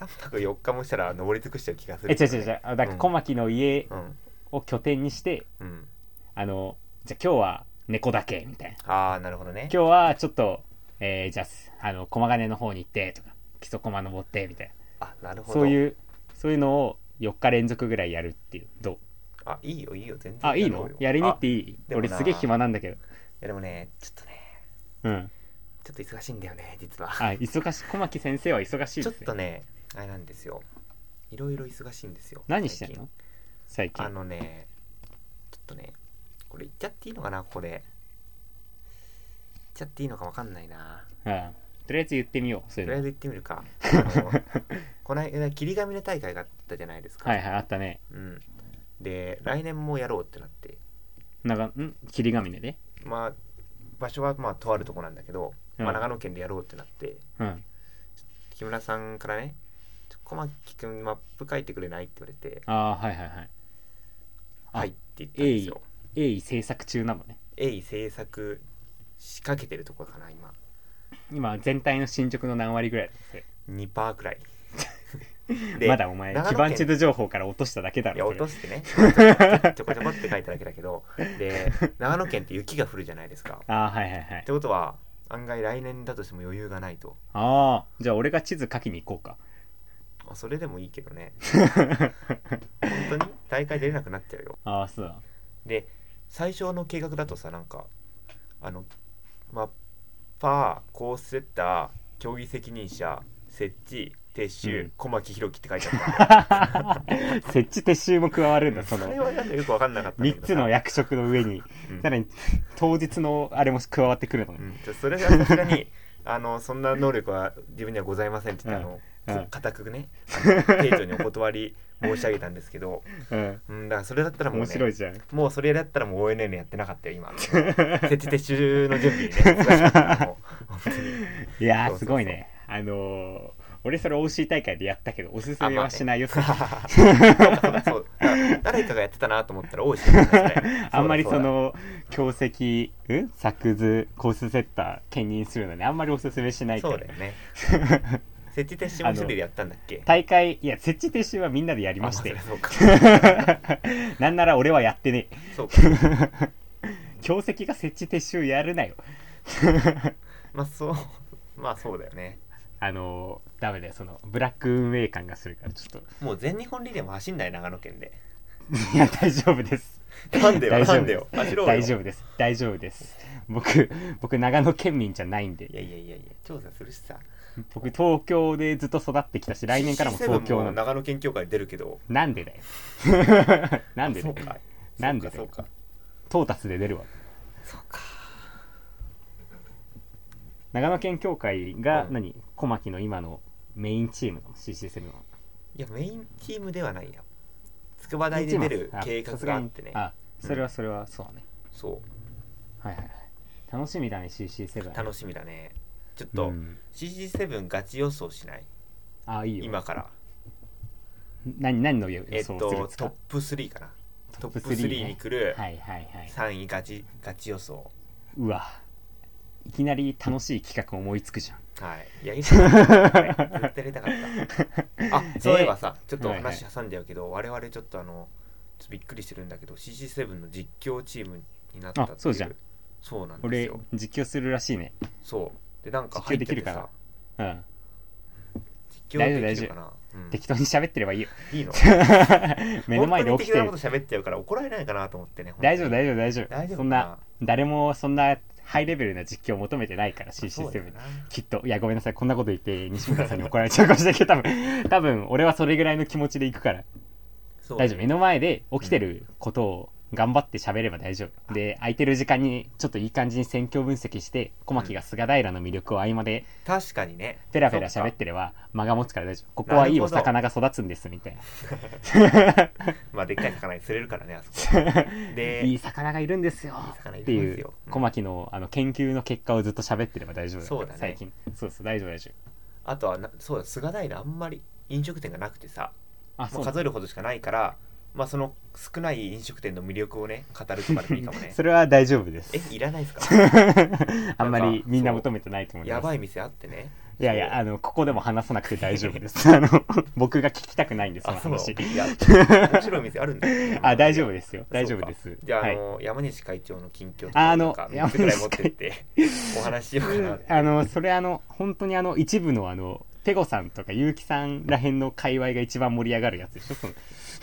3泊4日もしたら登り尽くしちゃう気がすえる違う違う違うあだから小牧の家うんを拠点にして、うんあのじゃあ今日は猫だけみたいなああなるほどね今日はちょっとえーじゃああの駒ヶ根の方に行ってとか基礎駒登ってみたいなあなるほどそうういうそういうのを4日連続ぐらいやるっていうどうあいいよいいよ全然あいいろのうよやりに行ってあいいいでも俺なすげえ暇なんだけどやでもねちょっとねうんちょっと忙しいんだよね実はあ忙し小牧先生は忙しいちでょっすねとねあれなんですよいろいろ忙しいんですよ何してん最の最近近あのねちょっとねこれ言っちゃっていいのかなここで言っちゃっていいのかわかんないなうんとりあえず言ってみようそうといりあえうずの言ってみ るかあのこの間霧ヶ峰大会があったじゃないですかはいはいあったねうん、で来年もやろうってなってなんかん霧ヶ峰でまあ場所はまあとあるとこなんだけど、うんまあ、長野県でやろうってなってうん木村さんからね「ちょ小牧くんマップ書いてくれない?」って言われてああはいはいはい「あはい」って言ったんですよ鋭意制作中なのね鋭意制作仕掛けてるところかな今今全体の進捗の何割ぐらいだそれ2%くらい まだお前長野基県盤地図情報から落としただけだいやろ落とそし てねちょこちょこって書いただけだけどで長野県って雪が降るじゃないですかれああはいはいはっいてことは案外来年だとしても余裕がないとああじゃあ俺が地図書きに行こうかあそれでもいいけどね本当に大会出れなくなっちゃうよああそう だで最初の計画だとさなんかあのまあパーコースセッター競技責任者設置撤収、うん小牧弘樹って書いて あっ設置撤収も加わるんだたそそのれはなんかよく分かんなかったんだけ3どつさの役職の上にうんさらに当日のあれも加わってくるのねうん、じゃあそれがさすがに あのそんな能力は自分にはございませんって言って、うあんのうんこ固くねあの丁重にお断り申し上げたんですけど、うんうん、だからそれだったらもう、ね、面白いじゃんもうそれだったらもう ONN やってなかった よ今設置撤収の準備ね忙しかったもう 本当にいやそうそうそーうすごいねあのー俺それ OC 大会でやったけどおすすめはしないよそうだそうだそうだ誰かがやってたなと思ったら多いしねそれ あんまりうそだうの強石うん作図コースセッター兼任するのにあんまりおすすめしなだいかそうらだよね 設置撤収も一人でやったんだっけ大会いや設置撤収はみんなでやりりましてそうかなんなら俺はやってねえそうか強石が設置撤収やるなよまあそうまあそうだよねあのーダメだよそのブラック運営感がするからちょ っもう全日本リレーも走んない長野県で といや大丈夫ですなんだよ大丈夫なんだよ走ろうよ大丈夫です大丈夫です僕僕長野県民じゃないんいやでいやいやいや調査するしさ僕東京でずっと育ってきたし来年からも東 CC7 京もの長野県協会出るけどなんでだよ なんでだそようかなんでだそようかトータスで出るわそうか長野県協会がうん何、小牧の今のメインチームなの CC7 はいやメインチームではないや筑波大で出る計画があってねあそれはそれはそうだね、そはいはいはい楽しみだね CC7 う楽しみだねちょっと、うん CG7 ガチ予想しないあいいよ今から何何の予えっ想とをトするんですか、ップ3かなトップ3 3に来るはいはいはい3位ガチガチ予想うわいきなり楽しい企画思いつくじゃんはいいやりたかったこれ絶対やりたかったあそういえばさちょっとお話挟んじゃうけど、我々ちょっとあのちょっとびっくりしてるんだけど CG7 の実況チームになったっていあそうじゃんそうなんです俺よ実況するらしいねそうでなんか入ってて実況できるかさなうん実況できるかなうん適当に喋ってればいいよいいの 目の前で起きて本当に適当なこると喋っちゃうから怒られないかなと思ってね大丈夫大丈丈夫大丈夫大丈夫そんな誰もそんなハイレベルな実況を求めてないから CC7 にきっといやごめんなさいこんなこと言って西村さんに怒られちゃうかもしれないけど多分多分俺はそれぐらいの気持ちで行くからそう大丈夫目の前で起きてることを頑張って喋れば大丈夫で空いてる時間にちょっといい感じに戦況分析して小牧が菅平の魅力を合間で確かにねペラペラ喋ってれば間が持つから大丈夫ここはいいお魚が育つんですみたいな そっかまあでっかい魚に釣れるからねあそこでいい魚がいるんですよいい魚いっるんてですよいううん小牧のあの研究の結果をずっと喋ってれば大丈夫そうだね最近そうです大丈夫大丈夫あとはなそうだ菅平あんまり飲食店がなくてさ、あまそあ、うだ数えるほどしかないからまあその少ない飲食店の魅力をね語るとかでもいいかもね それは大丈夫ですえいらないですかあんまりみんな求めてないと思いますやばい店あってねいやいや、ああの、ここでも話さなくて大丈夫 です。あの、僕が聞きたくないんです、そのあそう話。いや面白い店あるんだよ あ、大丈夫夫ですよ。大丈夫です。じゃあ、はいあの山西会長の近況とあかあなのんか3つぐらい持ってってお話ししようかなあの、それあの、本当にあの、一部のあの、ペゴさんとか結城さんらへんの界隈が一番盛り上がるやつでしょそ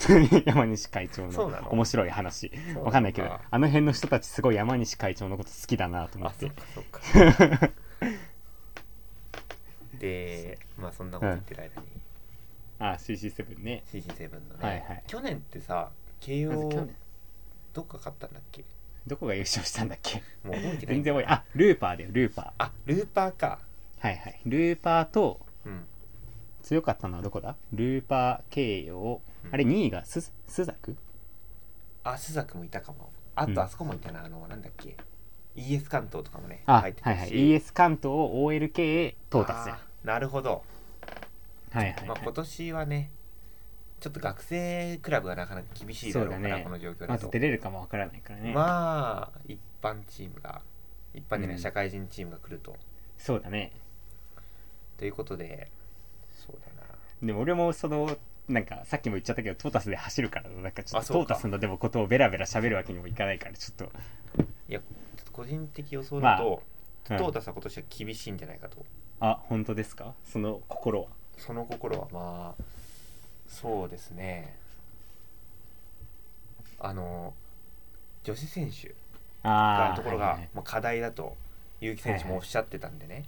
の 山西会長そうのなの面白い話そうな のわかんないけどああの辺の人たちすごい山西会長のこと好きだなと思あっそってかそっかでまあそんなこと言ってる間に、あ CC7 ね CG7 のね、はいはい去年ってさ慶まず去応年どっか勝ったんだっけどこが優勝したんだっけもう覚えてない全然多いあルーパーだよルーパーあルーパーかはいはいルーパーとうん強かったのはどこだルーパー慶応うんあれ2位がススザクあ須作もいたかもあうんとあそこもいたな、あのなんだっけ ES 関東とかもねあは入いってはたいし ES 関東を OLK へ到達やあーなるほど、はいはい、まはあ、い今年はねちょっと学生クラブがなかなか厳しいだろうからそうだねこの状況まだずと出れるかもわからないからね、まあ一般チームが一般でうねん社会人チームが来ると、そうだねということでそうだなでも俺もそのなんかさっきも言っちゃったけどトータスで走るからなんかちょっあとそトうーかタスのでもことをベラベラ喋るわけにもいかないからちょっいやちょっと個人的予想だと、と、うんトータスは今年は厳しいんじゃないかとあ本当ですかその心はその心はまあそうですねあの女子選手あがあところはがいまあ課題だと結城選手もおっしゃってたんでね、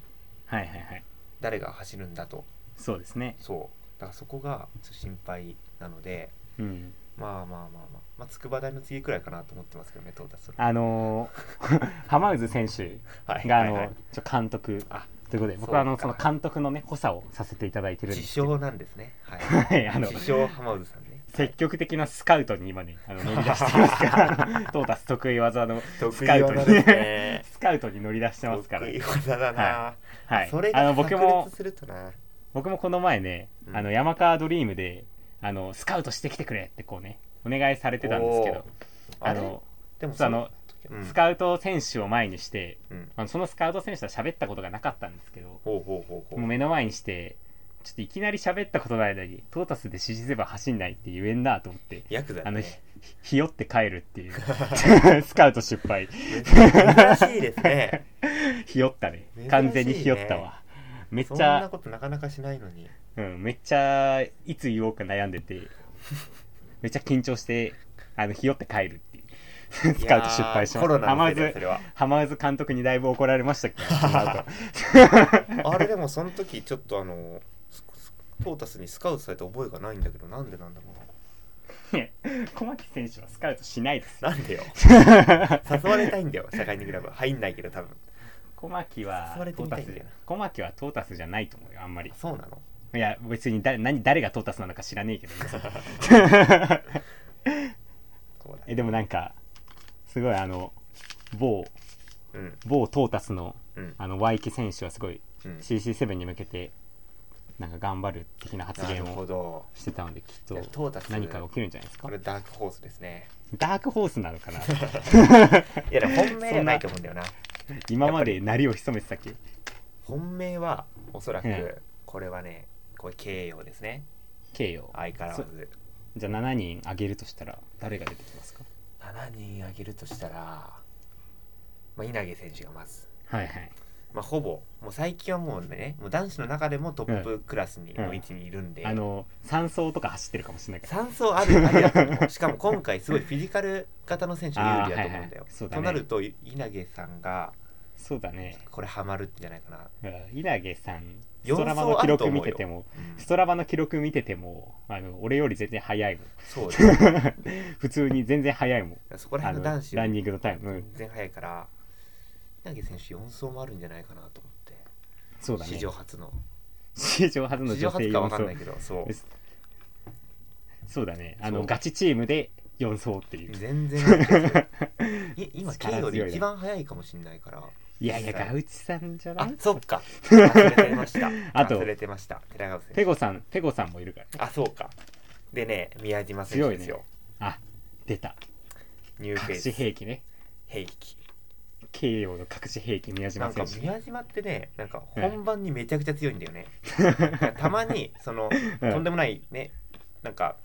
はいはい、はいはいはい誰が走るんだとそうですねそうだからそこがちょっと心配なのでうんまあまあまあまあ、まあ、筑波大の次くらいかなと思ってますけどねトータスはあの ー、浜渦選手はいがあはいの、はいちょ監督あということで僕そうかはあのその監督のね補佐をさせていただいてるんです自けど称なんですねはい、はいあの自称浜渦さんね積極的なスカウトに今ねあの乗り出してます からトータス得意技のスカウトに、 ねスカウトに乗り出してますから得意技だな、ははいそれあがの炸僕も裂するとな僕もこの前ね、うんあの山川ドリームであのスカウトしてきてくれってこうねお願いされてたんですけどおーああれのでもそうあの、うんスカウト選手を前にしてうんあのそのスカウト選手とは喋ったことがなかったんですけどほうほうほうほもうう目の前にしてちょっといきなり喋ったことないのにトータスで指示せば走んないって言えんなと思ってヤクザあだのねひひひよって帰るっていう スカウト失敗珍しいですねひよったね珍しいね完全にひよったわ めっそんちなゃ、ことなかなかしないのにうん、めっちゃいつ言おうか悩んでてめっちゃ緊張してあのひよって帰るっていうスカウト失敗しまいやーコロしたナの浜せいだよそ津れは浜津監督にだいぶ怒られました けどその後 あれでもその時ちょっとあのスストータスにスカウトされた覚えがないんだけどなんでなんだろういや小牧選手はスカウトしないですよななん でよ誘われたいんだよ社会人クラブ入んないけど多分小牧は誘われてトーみたタいんスだよな小牧はトータスじゃないと思うよあんまりあそうなのいや別に誰何誰がトータスなのか知らねえけどそうだ えでもなんかすごいあの某うん某トータスのうんあのワイキ選手はすごいうん CC7 に向けてなんか頑張る的な発な言るほをどしてたのできいっやとトータス何か起きるんじゃないですかこれダークホースですねダークホースなのかないやでも本命じゃないと思うんだよな今まで鳴りを潜めてたっけ本命はおそらくうんこれはねこれ慶応ですね K を相変わらずじゃあ7人あげるとしたら誰が出てきますか7人挙げるとしたら、まあ、稲毛選手がまず、はいはいまあ、ほぼもう最近はもうねもう男子の中でもトップクラスに、うんの位置にいるんで、あの3走とか走ってるかもしれないから3走あるありだと思うし かも今回すごいフィジカル型の選手が有利だと思うんあーだよはいはい、 そうだとねなると稲毛さんがそうだねこれハマるんじゃないかな、うん稲毛さんス四トラ走バのあ記ると録思うよ見ててもうんストラバの記録見ててもあの俺より全然速いもん そうですね普通に全然速いもんそこらあ辺のの男子ランニングのタイムうん全然早いから稲毛選手4走もあるんじゃないかなと思って、そうだね史上初の史上初の史上女性初か4わかん走ないけどそうですそうだねあそのうガチチームで4走って いう全然わかんない けどい今力強いね慶応で一番早いかもしれないからいやいやガウチさんじゃなあいそっか忘れてました あと忘れてました寺川選ペ手ゴさんペゴさんもいるからねあそうかでね宮島選手ですよ、あ出たニューフェ隠イしス兵器ね兵器慶応の隠し兵器宮な島んか選手宮島ってねなんかうん本番にめちゃくちゃ強いんだよね、なんかたまにそ の、うんとんでもないねなんか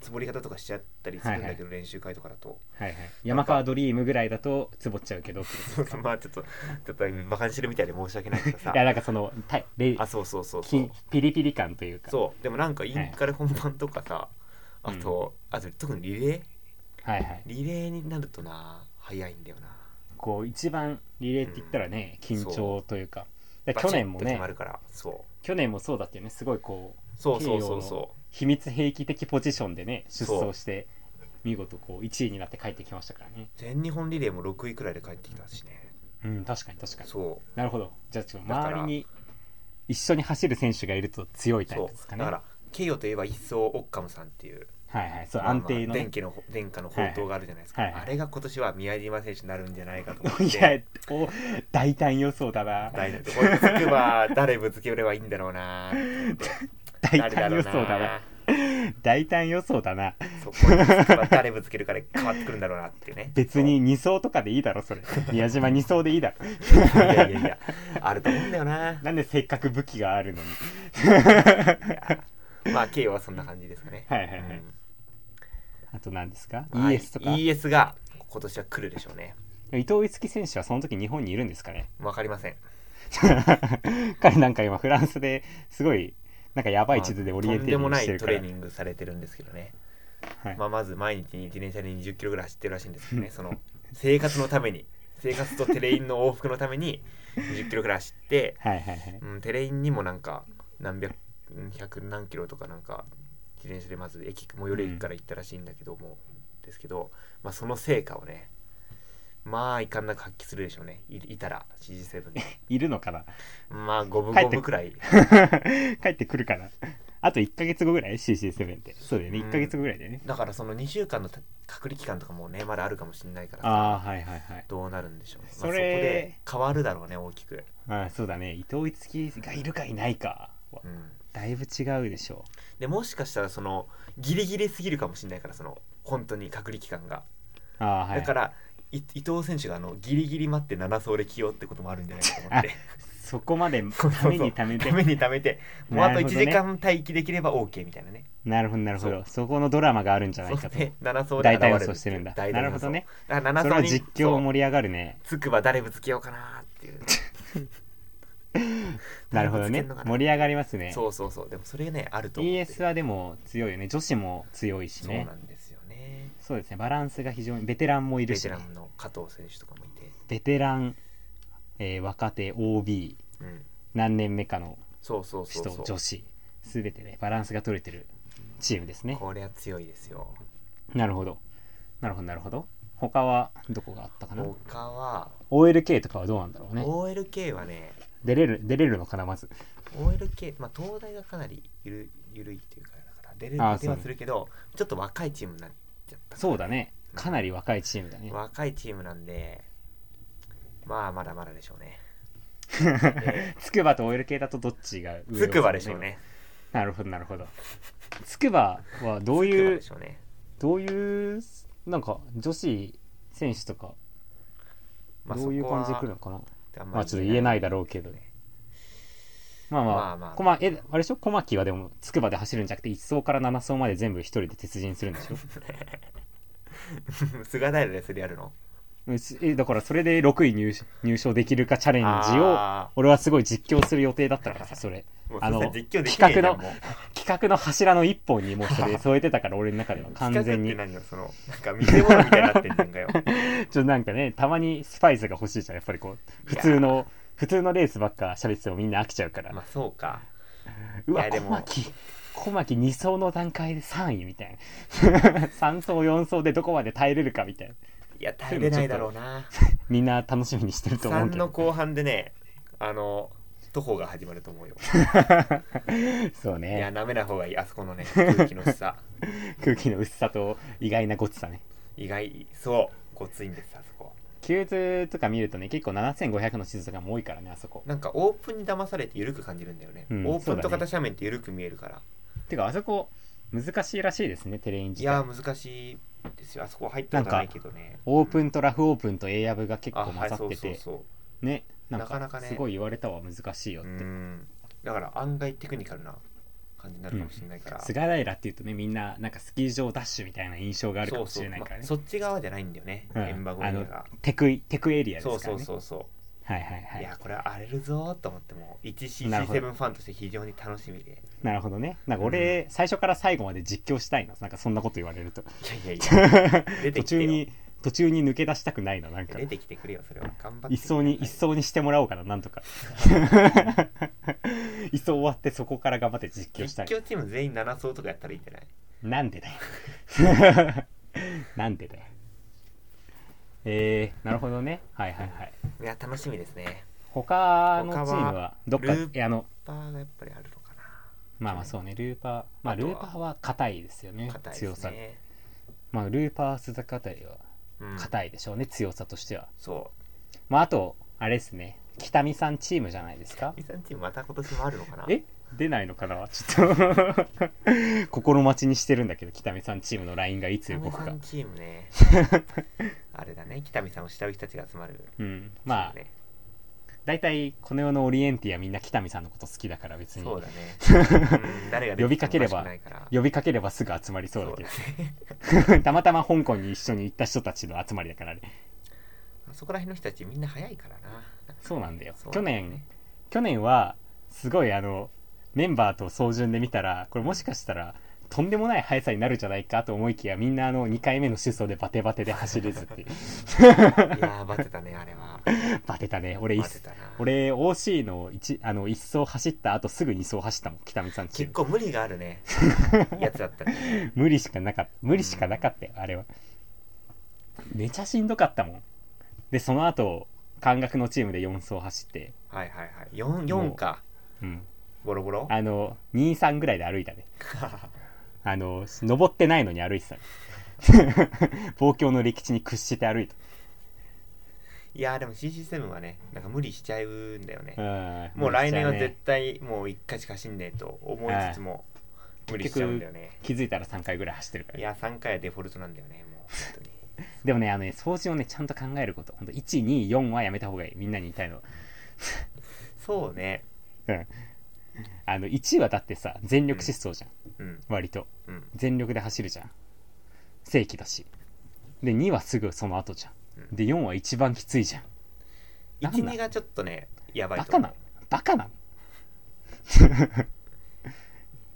つぼり方とかしちゃったりするんだけど、練習会とかだとはいはい、山川ドリームぐらいだとつぼっちゃうけどってことですかまあちょっとちょっと馬鹿にしてるみたいで申し訳ないけどさ いやなんかそのたレあそうそうそうそきうピリピリ感というかそうでもなんかインカレ本番とかさ、はいあと、あと特にリレーはいはいリレーになるとな早いんだよなこう一番リレーって言ったらね、うん緊張というかだバから去チッ年もと決ねまるからそう去年もそうだってねすごいこうそうそうそう慶応のそ秘密兵器的ポジションでね出そう走して見事こう1位になって帰ってきましたからねう全日本リレーも6位くらいで帰ってきたしねうん確かに確かにそなるほどじゃあちょっとだから周りに一緒に走る選手がいると強いうタイそプですうかねだから慶応といえば一層オッカムさんっていうはいはいそうまあまあ安定のね電気の電化の宝刀があるじゃないですか、はいはいあれが今年は宮島選手になるんじゃないかと思っ いやてお大胆予想だな大丈夫俺つくば誰ぶつければいいんだろうな 大誰だ胆ろ予う想だなな大胆予想だなそこにつくば誰ぶつけるかで変わってくるんだろうなっていうね 別に2走とかでいいだろ それ宮島2走でいいだろそういやいやいやあると思うんだよな なんでせっかく武器があるのにいやまあ慶応はそんな感じですかねはいはいはいうんあと何ですかはい ES とか ES が今年は来るでしょうね伊藤樹選手はその時日本にいるんですかね わかりません彼なんか今フランスですごいなんかやばい地図でオリエンテーリンまグあとしんでもなているトから、レーニングされてるんですけどね、はいまあ、まず毎日自転車で20キロぐらい走ってるらしいんですけどねその生活のために生活とテレインの往復のために20キロぐらい走って、はいはいはいうん、テレインにもなんか何百うん百何キロとかなんか自転車でまず駅最寄り駅から行ったらしいんだけども、ですけど、まあ、その成果をねまあいかんなく発揮するでしょうねいいたら CG7 にいるの かなまあ五分帰っ五て分くらい帰ってくるかなあと1ヶ月後ぐらい CC7 ってそうだよねうん1ヶ月後ぐらいだよね、だからその2週間のた隔離期間とかもねまだあるかもしれないからさああはいはいはいどうなるんでしょう、まあ、それそこで変わるだろうね大きく、ああそうだね伊藤樹がいるかいないかはうん、だいぶ違うでしょでもしかしたらそのギリギリすぎるかもしれないからその本当に隔離期間が、うああはいだからい伊藤選手があのギリギリ待って7走で起用ってこともあるんじゃないかと思ってそこまでそう たそうめそうにためてためにためてもうあとなる1ほどね時間待機できれば OK みたいなねなるほどなるほどそうそこのドラマがあるんじゃないそかしとて7走で大現体れる予想してるんだ大な体る予想ほどねだから7それは走に実況そう盛り上がるねつくば誰ぶつけようかなっていうなるほどね誰ぶつけんのかな盛り上がります ねそうそうそうでもそれがねあると思ってる ES はでも強いよね女子も強いしそうねなんですよねそうですねバランスが非常にベテランもいるベしテねランの加藤選手とかもいて、ベテラン、えー若手 OB うん、何年目かのそうそうそ人うそう女子すべてねバランスが取れてるチームですねこれは強いですよなるほどなるほどなるほど他はどこがあったかな他は、 OLK とかはどうなんだろうね OLK はね出れる出れるのかなまず OLK、まあ、東大がかなりゆるゆるいっていうかだから出れるあー手はそうするけどちょっと若いチームになっちゃったそうだねかなり若いチームだね若いチームなんでまあまだまだでしょ うねつくばと OLK だとどっちが上をつくばでしょうねなるほどなるほどつくばはどうつくばいうでしょうねどういうなんか女子選手とかどういう感じで来るのかなあんまあちょっと言えないだろうけどまあまあ、まあまあこまえあれでしょ小牧はでもつくばで走るんじゃなくて1走から7走まで全部一人で鉄人するんで しょう 菅平でそれやるのうちえだからそれで6位入賞入賞できるかチャレンジをあ俺はすごい実況する予定だったからさそれーもうあのそんな実況できないじ企ゃん画のもう企画の柱の一本にもうそれ 添えてたから俺の中では完全に企画って何よそのなんか見せ物みたいになってんじゃんか よちょっとなんかねたまにスパイスが欲しいじゃんやっぱりこう普通の普通のレースばっか喋っててもみんな飽きちゃうから、まあそうかうわいやで小も牧小牧2走の段階で3位みたいな 3走4走でどこまで耐えれるかみたいないや耐えれないだろうなみんな楽しみにしてると思う3けのど後半でねあの徒歩が始まると思うよそういねや舐めない方がいいあそこのね空気の薄さ 空気の薄さと意外なごつさね意外そうごついんですあそこキューズとか見るとね結構7500の地図とかも多いからねあそこなんかオープンに騙されて緩く感じるんだよね、うんオープンそとうだね片斜面って緩く見えるから、てかあそこ難しいらしいですねテレインい自や体ー難しいですよあそこ入ったことはないけどねオープンとラフオープンとエイアブがうん結あ構混ざってはてい、そうそうねなんなかなかかねすごい言われたわ難しいよっそううてんだから案外テクニカルな感じになるかもしれないから、菅平っていうとねみんななんかスキー場ダッシュみたいな印象があるかもしれないからねそうそうまあそっち側じゃないんだよね、うんエンバゴエリアが、テクイテクエリアでそうすかそらうねそうそう、、はいはいはいいやこれ荒れるぞーと思ってもうなるほ 1cc7 どファンとして非常に楽しみでなるほどねなんか俺、最初から最後まで実況したいななんかそんなこと言われるといやいやいや 途出てきて中よに途中に抜け出したくないななんか出てきてくれよそれは頑張って一層に一層にしてもらおうかななん とか一層終わってそこから頑張って実況した実い況チーム全員7層とかやったらいいんじゃないなんでだよ なんでだよえー、なるほどねはいはいはいいや楽しみですね他のチーム他ははどっかルーいやあのバーがやっぱりあるのかまあまあそうねルーパーまああとルはーパーは硬いですよねな硬いで強すさねまあルーパー鈴鹿あたりはうん硬いでしょうね、強さとしてはそまああとあれですね北見さんチームじゃないですかう23チームまた今年もあるのかなえ出ないのかなちょっと 心待ちにしてるんだけど北見さんチームの LINE がいつ北動見くさかんチーム ねあれだね北見さんを慕う人たちが集まるうんまあチームね大体この世のオリエンティはみんな北見さんのこと好きだから別に そうだねうん誰が出て呼びきてもかければおしくないから呼びかければすぐ集まりそうだけどそうだ ねたまたま香港に一緒に行った人たちの集まりだからね あそこら辺の人たちみんな早いからなそうなんだよそう去だね年去年はすごいあのメンバーと総順で見たらこれもしかしたらとんでもない速さになるんじゃないかと思いきやみんなあの2回目の出走でバテバテで走れずっていう いやーバテたねあれはバテたね俺いっバテたな俺 OC の 1, あの1走走った後すぐ2走走ったもん北見さんチー結ム構無理があ るねやつだったね無理しかなかった無理しかなかったよあれはめちゃしんどかったもんでその後感覚のチームで4走走ってはいはいはい四四かうんボロボロあの23ぐらいで歩いたねあの登ってないのに歩いてたね 望郷の歴地に屈して歩いた いやーでも CC7 はねなんか無理しちゃうんだよねうんもう来年はめっちゃね絶対もう一回しか走んねえと思いつつも無理しちゃうんだよね気づいたら3回ぐらい走ってるからいや3回はデフォルトなんだよねもう本当にでもね、あのね、掃除をね、ちゃんと考えること。ほんと、1、2、4はやめた方がいい。みんなに言いたいのは。そうねうん。あの、1はだってさ、全力疾走じゃん。うん割と。うん全力で走るじゃん。正規だし。で、2はすぐその後じゃうんん。で、4は一番きついじゃん。なんだ12がちょっとねやばいバとカ思なうのバカなの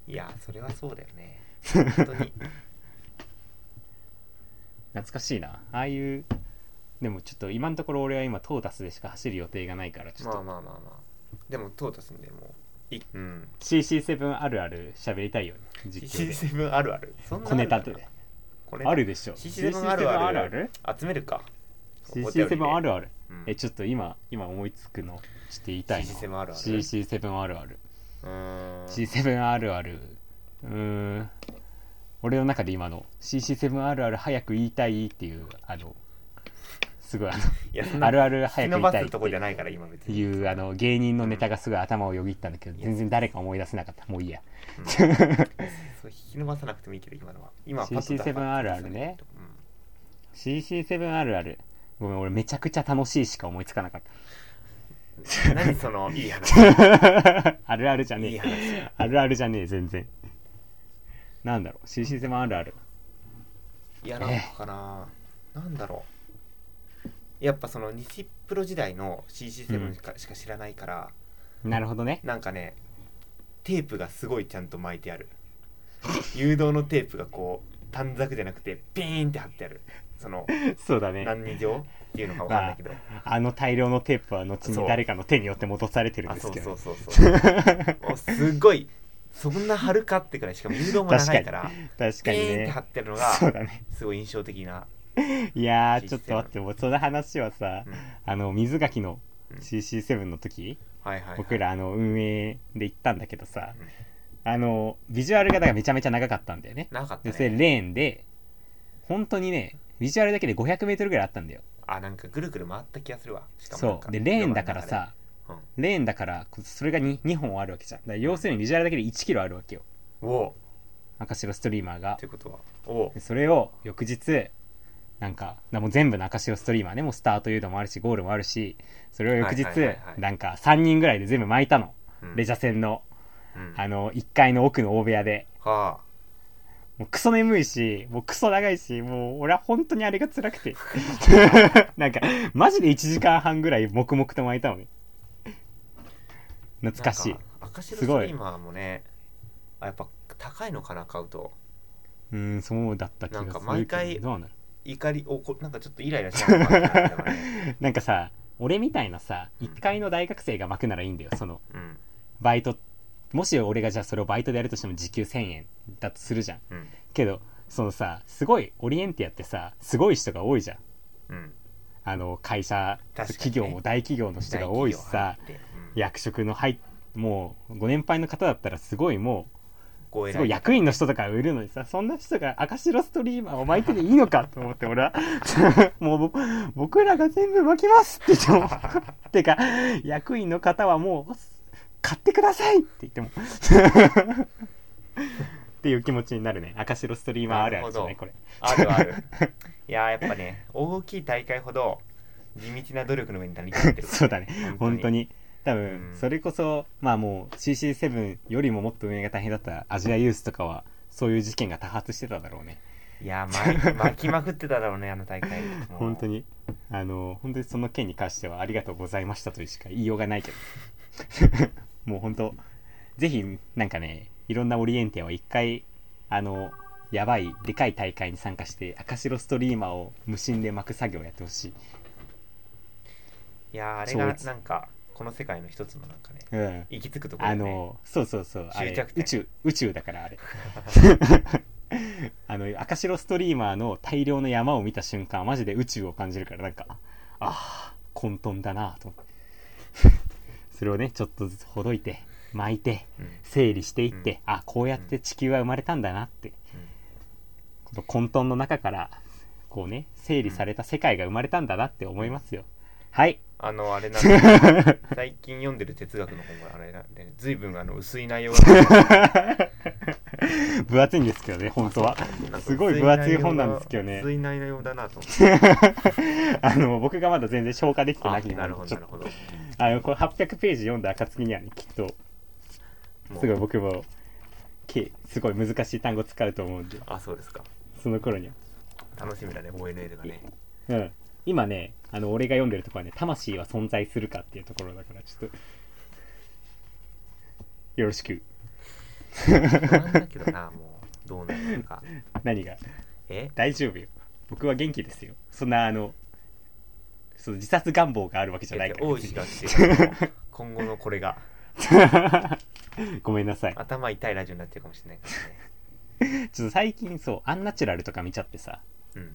いやそれはそうだよ ね本当に懐かしいな。ああいう、でもちょっと今のところ俺は今トータスでしか走る予定がないから、ちょっまあとまあまあまあでもトータスんでもういうん CC7 あるある喋りたいよね。実況で。 CC7 あるあるそんな小ネタあるでかな。小ネタあるでしょ。 CC7 あるあるある集めるか CC7 あるある。うんえちょっと今今思いつくのちょっと言いたいな CC7 あるある CC7 あるあるうーん CC7 あるあるうーん俺の中で今の CC7 あるある早く言いたいっていうあのすごいあいやそんのなあるある早く言伸いばたいすってとこじゃないから今別にいうあの芸人のネタがすごい頭をよぎったんだけど全然誰か思い出せなかったもういいやそう引き伸ばさなくてもいいけど今のは今はパッと CC7 あるあるね CC7 あるあるごめん俺めちゃくちゃ楽しいしか思いつかなかっうん何そのいい話たあるあるじゃねえいい話あるあるじゃねえ全然なんだろう CC7 あるあるいやなんかななんだろうやっぱその西プロ時代の CC7 しか,、しか知らないからなるほどねなんかねテープがすごいちゃんと巻いてある誘導のテープがこう短冊じゃなくてピーンって貼ってある そのそうだね何二乗っていうのかわかんないけど、あの大量のテープは後そにう誰かの手によって戻されてるんあですそうけそどうそうそうもうすごいそんな貼るかってくらいしかも誘導も長いから確ピかにーンって貼ねってるのそうがだねすごい印象的な、いやー CC7 ちょっと待ってもうその話はさうんあの水垣のうん CC7 の時はいはいはい、僕らあの運営で行ったんだけどさうんあのビジュアルがだからめちゃめちゃ長かったんだよねなかったでそれねレーンで本当にねビジュアルだけで 500m ぐらいあったんだよあなんかぐるぐる回った気がするわしかもなんそかうでレーンだからさ、うんレーンだからこそれが 2, 2本あるわけじゃんだから要するにビジュアルだけで1キロあるわけよおう赤白ストリーマーがということはおうでそれを翌日なんかなもう全部の赤白ストリーマーねもうスタート誘導もあるしゴールもあるしそれを翌日、はいはいはいはいなんか3人ぐらいで全部巻いたの、うんレジャー戦のうんあの、1階の奥の大部屋で、はもうクソ眠いし、もうクソ長いし、もう俺は本当にあれが辛く て。なんか、マジで1時間半ぐらい黙々と巻いたのね。あ懐かしい。赤白すスごいリーマーもねあやっぱ高いのかな買うとうーん、そうだった気がするけど。なんか毎回どうなる怒りおこなんかちょっとイライラしちゃうのかななんかね なんかさ、俺みたいなさ、うん1階の大学生が巻くならいいんだよ。その、うんバイト、もし俺がじゃあそれをバイトでやるとしても時給1000円だとするじゃん。うんけど、そのさ、すごい、オリエンティアってさ、すごい人が多いじゃん。うんあの、会社、確かにね企業も大企業の人が多いしさ、大企業入ってうん役職の入っもうご年配の方だったらすごいもごう偉すごい役員の人とか売るのにさそんな人が赤白ストリーマーを巻いてでいいのかと思って俺は もうぼ僕らが全部巻きますって言っても てか役員の方はもう買ってくださいって言っても っていう気持ちになるね赤白ストリーマーあるあるじゃないなるこほれあるあるいやーやっぱね大きい大会ほど地道な努力の上に成り立って るそうだね本当に多分うんそれこそまあもう CC7 よりももっと運営が大変だったアジアユースとかはそういう事件が多発してただろうねいやー巻い巻きまくってただろうねあの 大会もう本当にあの本当にその件に関してはありがとうございましたとしか言いようがないけど もう本当ぜひなんかねいろんなオリエンティアは一回あのやばいでかい大会に参加して赤白ストリーマーを無心で巻く作業をやってほしいいやーあれそうがですなんかこの世界の一つのなんかねうん行き着くところあだねのそうそうそうあれ終着点宇宙宇宙だからあれあの赤白ストリーマーの大量の山を見た瞬間マジで宇宙を感じるからなんかああ混沌だなぁと思って それをねちょっとずつほどいて巻いて うん整理していって、あこうやって地球は生まれたんだなってこの混沌の中からこうね整理された世界が生まれたんだなって思いますよはいあのあれなんだ 最近読んでる哲学の本があれなんで随分あの薄い内容が分厚いんですけどね本当はなんか すごい分厚い本なんですけどね薄い内容だなと 思ってあの、僕がまだ全然消化できてなあくて、なるほどちょなっるとほどあの、これ800ページ読んだ暁にはね、きっと、もうすごい僕も、けすごい難しい単語使うと思うんで、あそうですかその頃には。楽しみだね ONL がねうん。今ね、あの、俺が読んでるとこはね、魂は存在するかっていうところだから、ちょっと、よろしく。不安だけどなもうどうなるのか何がえ大丈夫よ。僕は元気ですよ。そんな、あの、その自殺願望があるわけじゃないから。大別石にが来 てる今後のこれがごめんなさい。頭痛いラジオになってるかもしれないからねちょっと最近そう、アンナチュラルとか見ちゃってさ、うん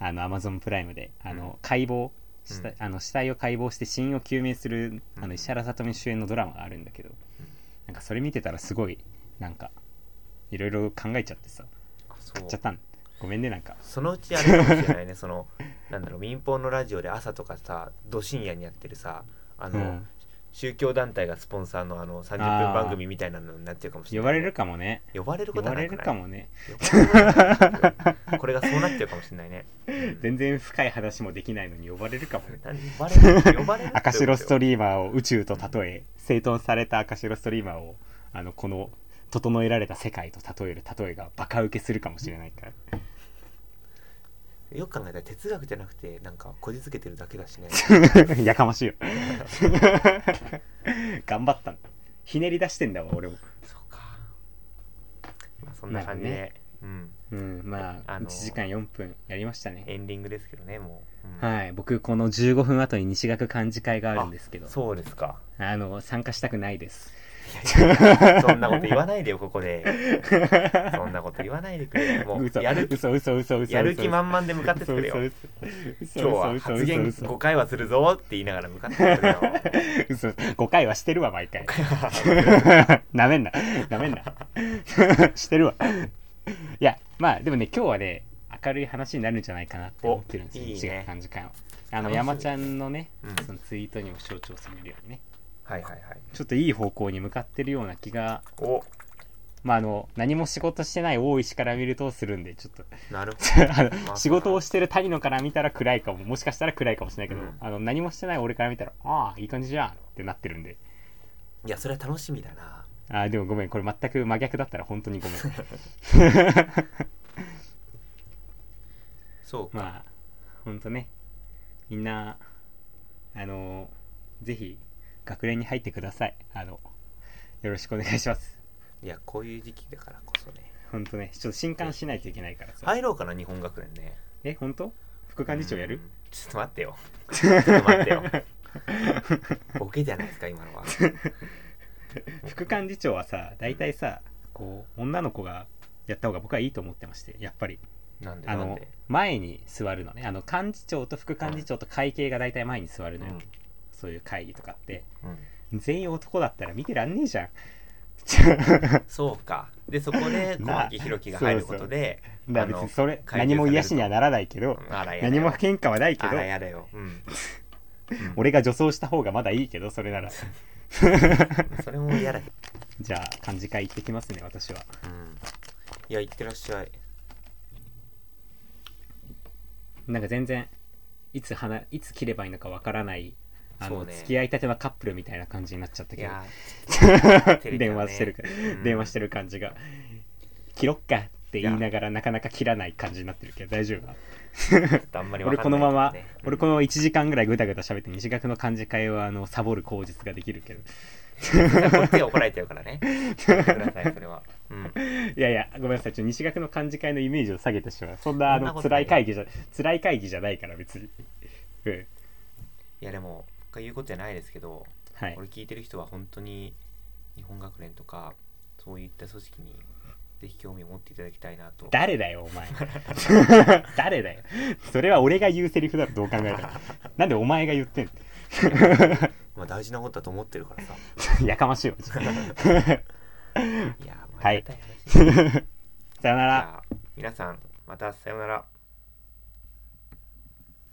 あの、アマゾンプライムで、あうんの、解剖、死体うんあの死体を解剖して死因を究明する、うんあの、石原さとみ主演のドラマがあるんだけど、なんかそれ見てたらすごい、なんか、いろいろ考えちゃってさ、あそ買っちゃっうたん。ごめんね、なんか。そのうちあれかもしれないねそのなんだろう民放のラジオで朝とかさど深夜にやってるさあの、うん宗教団体がスポンサーのあの30分番組みたいなのになってるかもしれ呼ばないれね、るかもね。呼ばれる呼ことばはなれいるかもね。これがそうなっちゃうかもしれないね、うん全然深い話もできないのに呼ばれるかもね。なん呼ばれる呼ばれる赤白ストリリーマーを宇宙と例え、整頓された赤白ストリーマーを、あの、この、整えられた世界と例える例えがバカ受けするかもしれないから。よく考えたら哲学じゃなくてなんかこじつけてるだけ だしね やかましいよ頑張ったのひねり出してんだわ俺もそうか、まあ、そんな感じで、なるうんうんまあ、あのー1時間4分やりましたねエンディングですけどねもう、うんはい僕この15分後に西学幹事会があるんですけどそうですかあの参加したくないです そんなこと言わないでよここでそんなこと言わないでくれよも嘘うやる嘘嘘嘘嘘やる気ん満々で向かってって嘘くれ嘘嘘よ今日は嘘嘘嘘嘘発言嘘5回はするぞって言いながら向かってって くれよ嘘5回はしてるわ毎回 なめんなな めんなしてるわいやまあでもね今日はね明るい話になるんじゃないかなって思ってるんですよおいいね違う感じかよあの楽しみ山ちゃんのね、うんそのツイートにも象徴されるようにねはいはいはいちょっといい方向に向かってるような気がおまああの何も仕事してない大石から見るとするんでちょっと なるほあのま あ仕事をしてる谷野から見たら暗いかももしかしたら暗いかもしれないけど、うんあの何もしてない俺から見たらああいい感じじゃんってなってるんでどいやそれは楽しみだなあーでもごめんこれ全く真逆だったら本当にごめん そうか、まあ本当ねみんなあのぜひ学連に入ってくださいあのよろしくお願いしますいやこういう時期だからこそね本当ねちょっと新刊しないといけないからさ、入ろうかな日本学連ねえ本当副幹事長やうるんちょっと待ってよちょっと待ってよボケじゃないですか今のは 副幹事長はさ大体さこう女の子がやった方が僕はいいと思ってましてやっぱりなんであなんので、前に座るのねあの幹事長と副幹事長と会計が大体前に座るうのよ、んそういう会議とかってうん、全員男だったら見てらんねえじ ゃんそうかでそこ で小なあ牧弘樹が入ることでだから別あのにそれ会何計されるとも癒しにはならないけどあらやだよ何も喧嘩はないけあどらやだ よ、うん、うん俺が女装した方がまだいいけどそれな らそれも嫌だよ、じゃあ幹事会行ってきますね私はうん、いや行ってらっしゃいなんか全然いつ花いつ切ればいいのかわからないあその、うね付き合いたてのカップルみたいな感じになっちゃったいけどやー照れちゃう ね電話してるか、うん電話してる感じが切ろっかって言いながらなかなか切らない感じになってるけど大丈夫かちょっとあんまりわ俺かこんなのまいま、ね俺この1時間ぐらいぐだぐだ喋って西学の漢字会はあのサボる口実ができるけど こっちが怒られちゃうからね。やめてください、それは。うん。いやいやごめんなさいちょっと西学の漢字会のイメージを下げてしまうそんなあそんなのこと辛ないい会議じゃ辛い会議じゃないから 別にうんいや、でも、僕が言うことじゃないですけど、はい俺聞いてる人は本当に日本学連とか、そういった組織に、ぜひ興味を持っていただきたいなと。 誰だよお前誰だよそれは俺が言うセリフだろどう考えたらなんでお前が言ってんのまあ、大事なことだと思ってるからさ。 やかましいわいや、まあ、はあいりがたい話です。じさよならゃあ、皆さん、またさようなら。